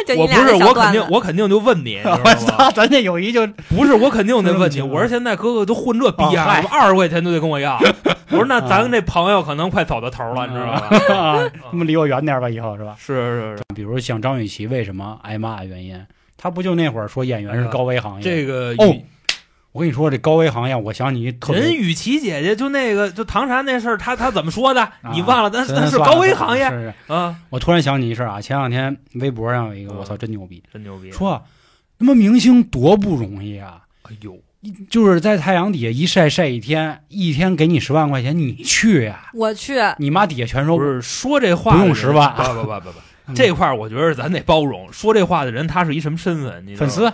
S3: 就
S2: 我不
S3: 你俩
S2: 是
S3: 这小
S2: 我肯
S3: 段
S2: 定
S3: 子。
S2: 我肯定就问你，你知道
S1: 我
S2: 吗？
S1: 操，咱这友 谊就
S2: 不是我肯定 得问你，
S1: 嗯
S2: 我说现在哥哥都混这逼
S1: 哦
S2: 样，
S1: 嗨
S2: 什么二十块钱都得跟 我要，我说那咱
S1: 嗯
S2: 这朋友可能快走到头了，你知道吧？
S1: 啊，
S2: 嗯
S1: 他们离我远点吧，以后是吧？
S2: 是是是，
S1: 比如像张雨绮为什么挨骂的原因，她不就那会儿说演员是高危行业？
S2: 嗯这个
S1: 哦我跟你说，这高危行业，我想起一特
S2: 人
S1: 别
S2: 雨琦姐姐就那个就唐山那事儿，她她怎么说的？你
S1: 啊
S2: 忘了？但是
S1: 真
S2: 但是
S1: 算了
S2: 高危行业
S1: 是是。
S2: 啊，
S1: 我突然想起一事儿啊，前两天微博上有一个，
S2: 嗯
S1: 我操，真牛逼。
S2: 真牛逼！
S1: 说他妈明星多不容易啊！
S2: 哎呦，
S1: 就是在太阳底下一晒晒一天，一天给你十万块钱，你去呀、
S3: 我去，
S1: 你妈底下全说
S2: 不是说这话
S1: 不用
S2: 的人
S1: 10万
S2: 不不不不不，
S1: 嗯
S2: 这块儿我觉得咱得包容。说这话的人他是一什么身份？你知道
S1: 粉
S2: 吗
S1: 丝，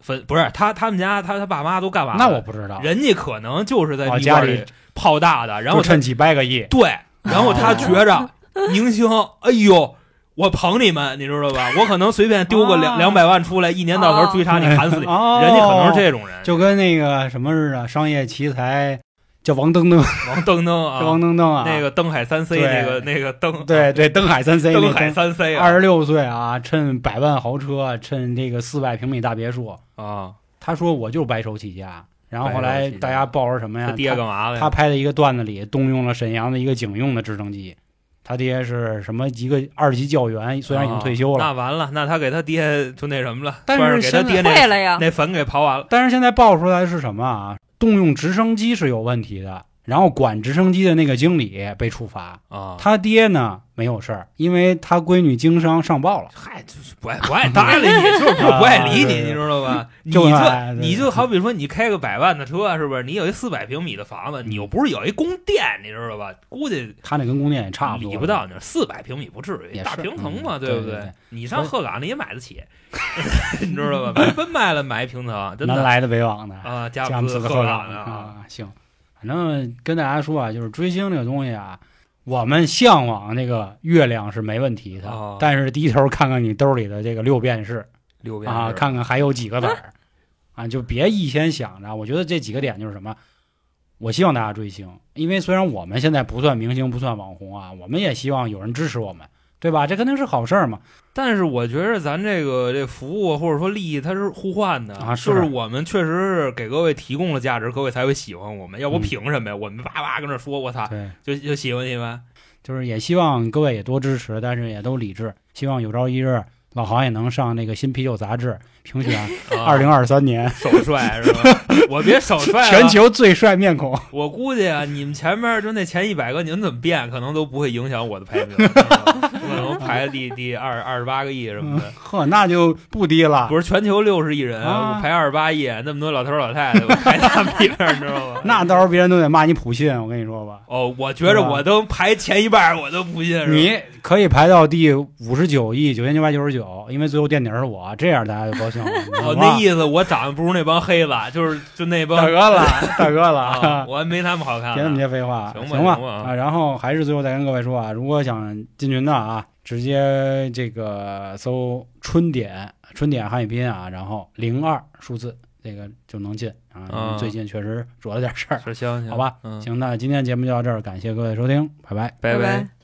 S2: 粉不是他他们家他他爸妈都干嘛了？
S1: 那我不知道。
S2: 人家可能就是在
S1: 哦
S2: 地
S1: 家
S2: 瓜
S1: 里
S2: 泡大的，然后
S1: 就趁哦几百个亿，
S2: 对，然后他觉着明星，哎呦，我捧你们，你知道吧？我可能随便丢个两
S1: 啊
S2: 两百万出来，一年到头追杀你，砍死你。
S1: 哦
S2: 人家可能是这种人，
S1: 就跟那个什么似的，商业奇才叫王登登，
S2: 王登 登
S1: 叫王
S2: 啊，
S1: 登登啊，
S2: 那个登海三 C，
S1: 对
S2: 那个那个登啊
S1: 对对，登海三 C
S2: 登
S1: 那
S2: 海
S1: 天。
S2: 三 C 啊
S1: 二十六岁啊，趁百万豪车，趁这个四百平米大别墅，
S2: 啊，
S1: 他说我就是白手起家。然后后
S2: 白手
S1: 来
S2: 起家
S1: 大家抱着什哎么呀？
S2: 他爹
S1: 他
S2: 干嘛的
S1: 他
S2: 呀？
S1: 拍的一个段子里动用了沈阳的一个警用的直升机，他爹是什么一个二级教员，虽然已经退休了，
S2: 啊哦那完了，那他给他爹就那什么了，
S1: 但是
S2: 算给他爹
S3: 会
S2: 那
S3: 了呀。
S2: 那坟给刨完了。
S1: 但是现在爆出来是什么啊？动用直升机是有问题的，然后管直升机的那个经理被处罚，
S2: 啊，
S1: 他爹呢没有事儿，因为他闺女经商上报了。
S2: 嗨，就是不爱不爱搭理你，就是 不不爱理
S1: 啊对
S2: 你，
S1: 对
S2: 你知道吧？你
S1: 就
S2: 就
S1: 爱对
S2: 你就好比说你开个百万的车，是不是？你有一四百平米的房子，你又不是有一宫殿，你知道吧？估计
S1: 他那跟宫殿也差不多，
S2: 理不到你四百平米不至于，
S1: 也是
S2: 大平层嘛，
S1: 嗯
S2: 不
S1: 对对对
S2: 你上鹤岗那也买得起， 你知道吧？把奔卖了买一平层，真
S1: 南
S2: 的
S1: 来的北往的，
S2: 啊，
S1: 佳
S2: 佳
S1: 木
S2: 木
S1: 斯
S2: 斯
S1: 和
S2: 鹤
S1: 鹤
S2: 岗
S1: 岗
S2: 的啊，
S1: 啊，行，反正跟大家说啊，就是追星这个东西啊，我们向往那个月亮是没问题的，
S2: 哦
S1: 但是低头看看你兜里的这个六便士
S2: 六边
S1: 啊，
S2: 是吧
S1: 看看还有几个子儿啊，就别一先想着，我觉得这几个点就是什么。我希望大家追星，因为虽然我们现在不算明星，不算网红啊，我们也希望有人支持我们，对吧？这肯定是好事儿嘛。
S2: 但是我觉得咱这个这服务啊或者说利益它是互换的
S1: 啊是
S2: 就是我们确实是给各位提供了价值，各位才会喜欢我们，要不
S1: 嗯
S2: 凭什么呀？我们叭叭跟这说，我操，
S1: 对，
S2: 就就喜欢 你们。
S1: 就是也希望各位也多支持，但是也都理智。希望有朝一日老航也能上那个新啤酒杂志评 选
S2: 啊
S1: 二零二三年
S2: 首帅是吧？我别首帅了
S1: 全，球最帅面孔。
S2: 我估计啊，你们前面就那前一百个，你们怎么变，可能都不会影响我的排 名，可能排第第二二十八个亿什么的。
S1: 呵，那就不低了
S2: 不。是全球六十亿人，
S1: 嗯啊
S2: 我排二十八亿，那么多老头老太太，我排他们里边，你知道吗？
S1: 那到时候别人都得骂你普信，我跟你说吧，
S2: 哦，我觉着我都排前一半，我都不信是吧
S1: 你可以排到第五十九亿九千九百九十九，因为最后垫底是我，这样大家就高性了，你知
S2: 哦
S1: 道，吗
S2: 那意思我长得不如那帮黑子，就是就那帮
S1: 大哥了，大哥了
S2: 啊，
S1: 啊，
S2: 我还没他们好看
S1: 别那么
S2: 呢。
S1: 些废话，
S2: 行吧
S1: 行吧
S2: 行吧啊
S1: 啊。然后还是最后再跟各位说啊，如果想进群的啊，直接这个搜“春点”春点汉语拼音啊，然后零二数字这个就能进啊。因为最近确实着了点事儿，
S2: 是行行
S1: 好吧
S2: 嗯，
S1: 行，那今天节目就到这儿，感谢各位收听，拜拜。
S2: 拜
S3: 拜拜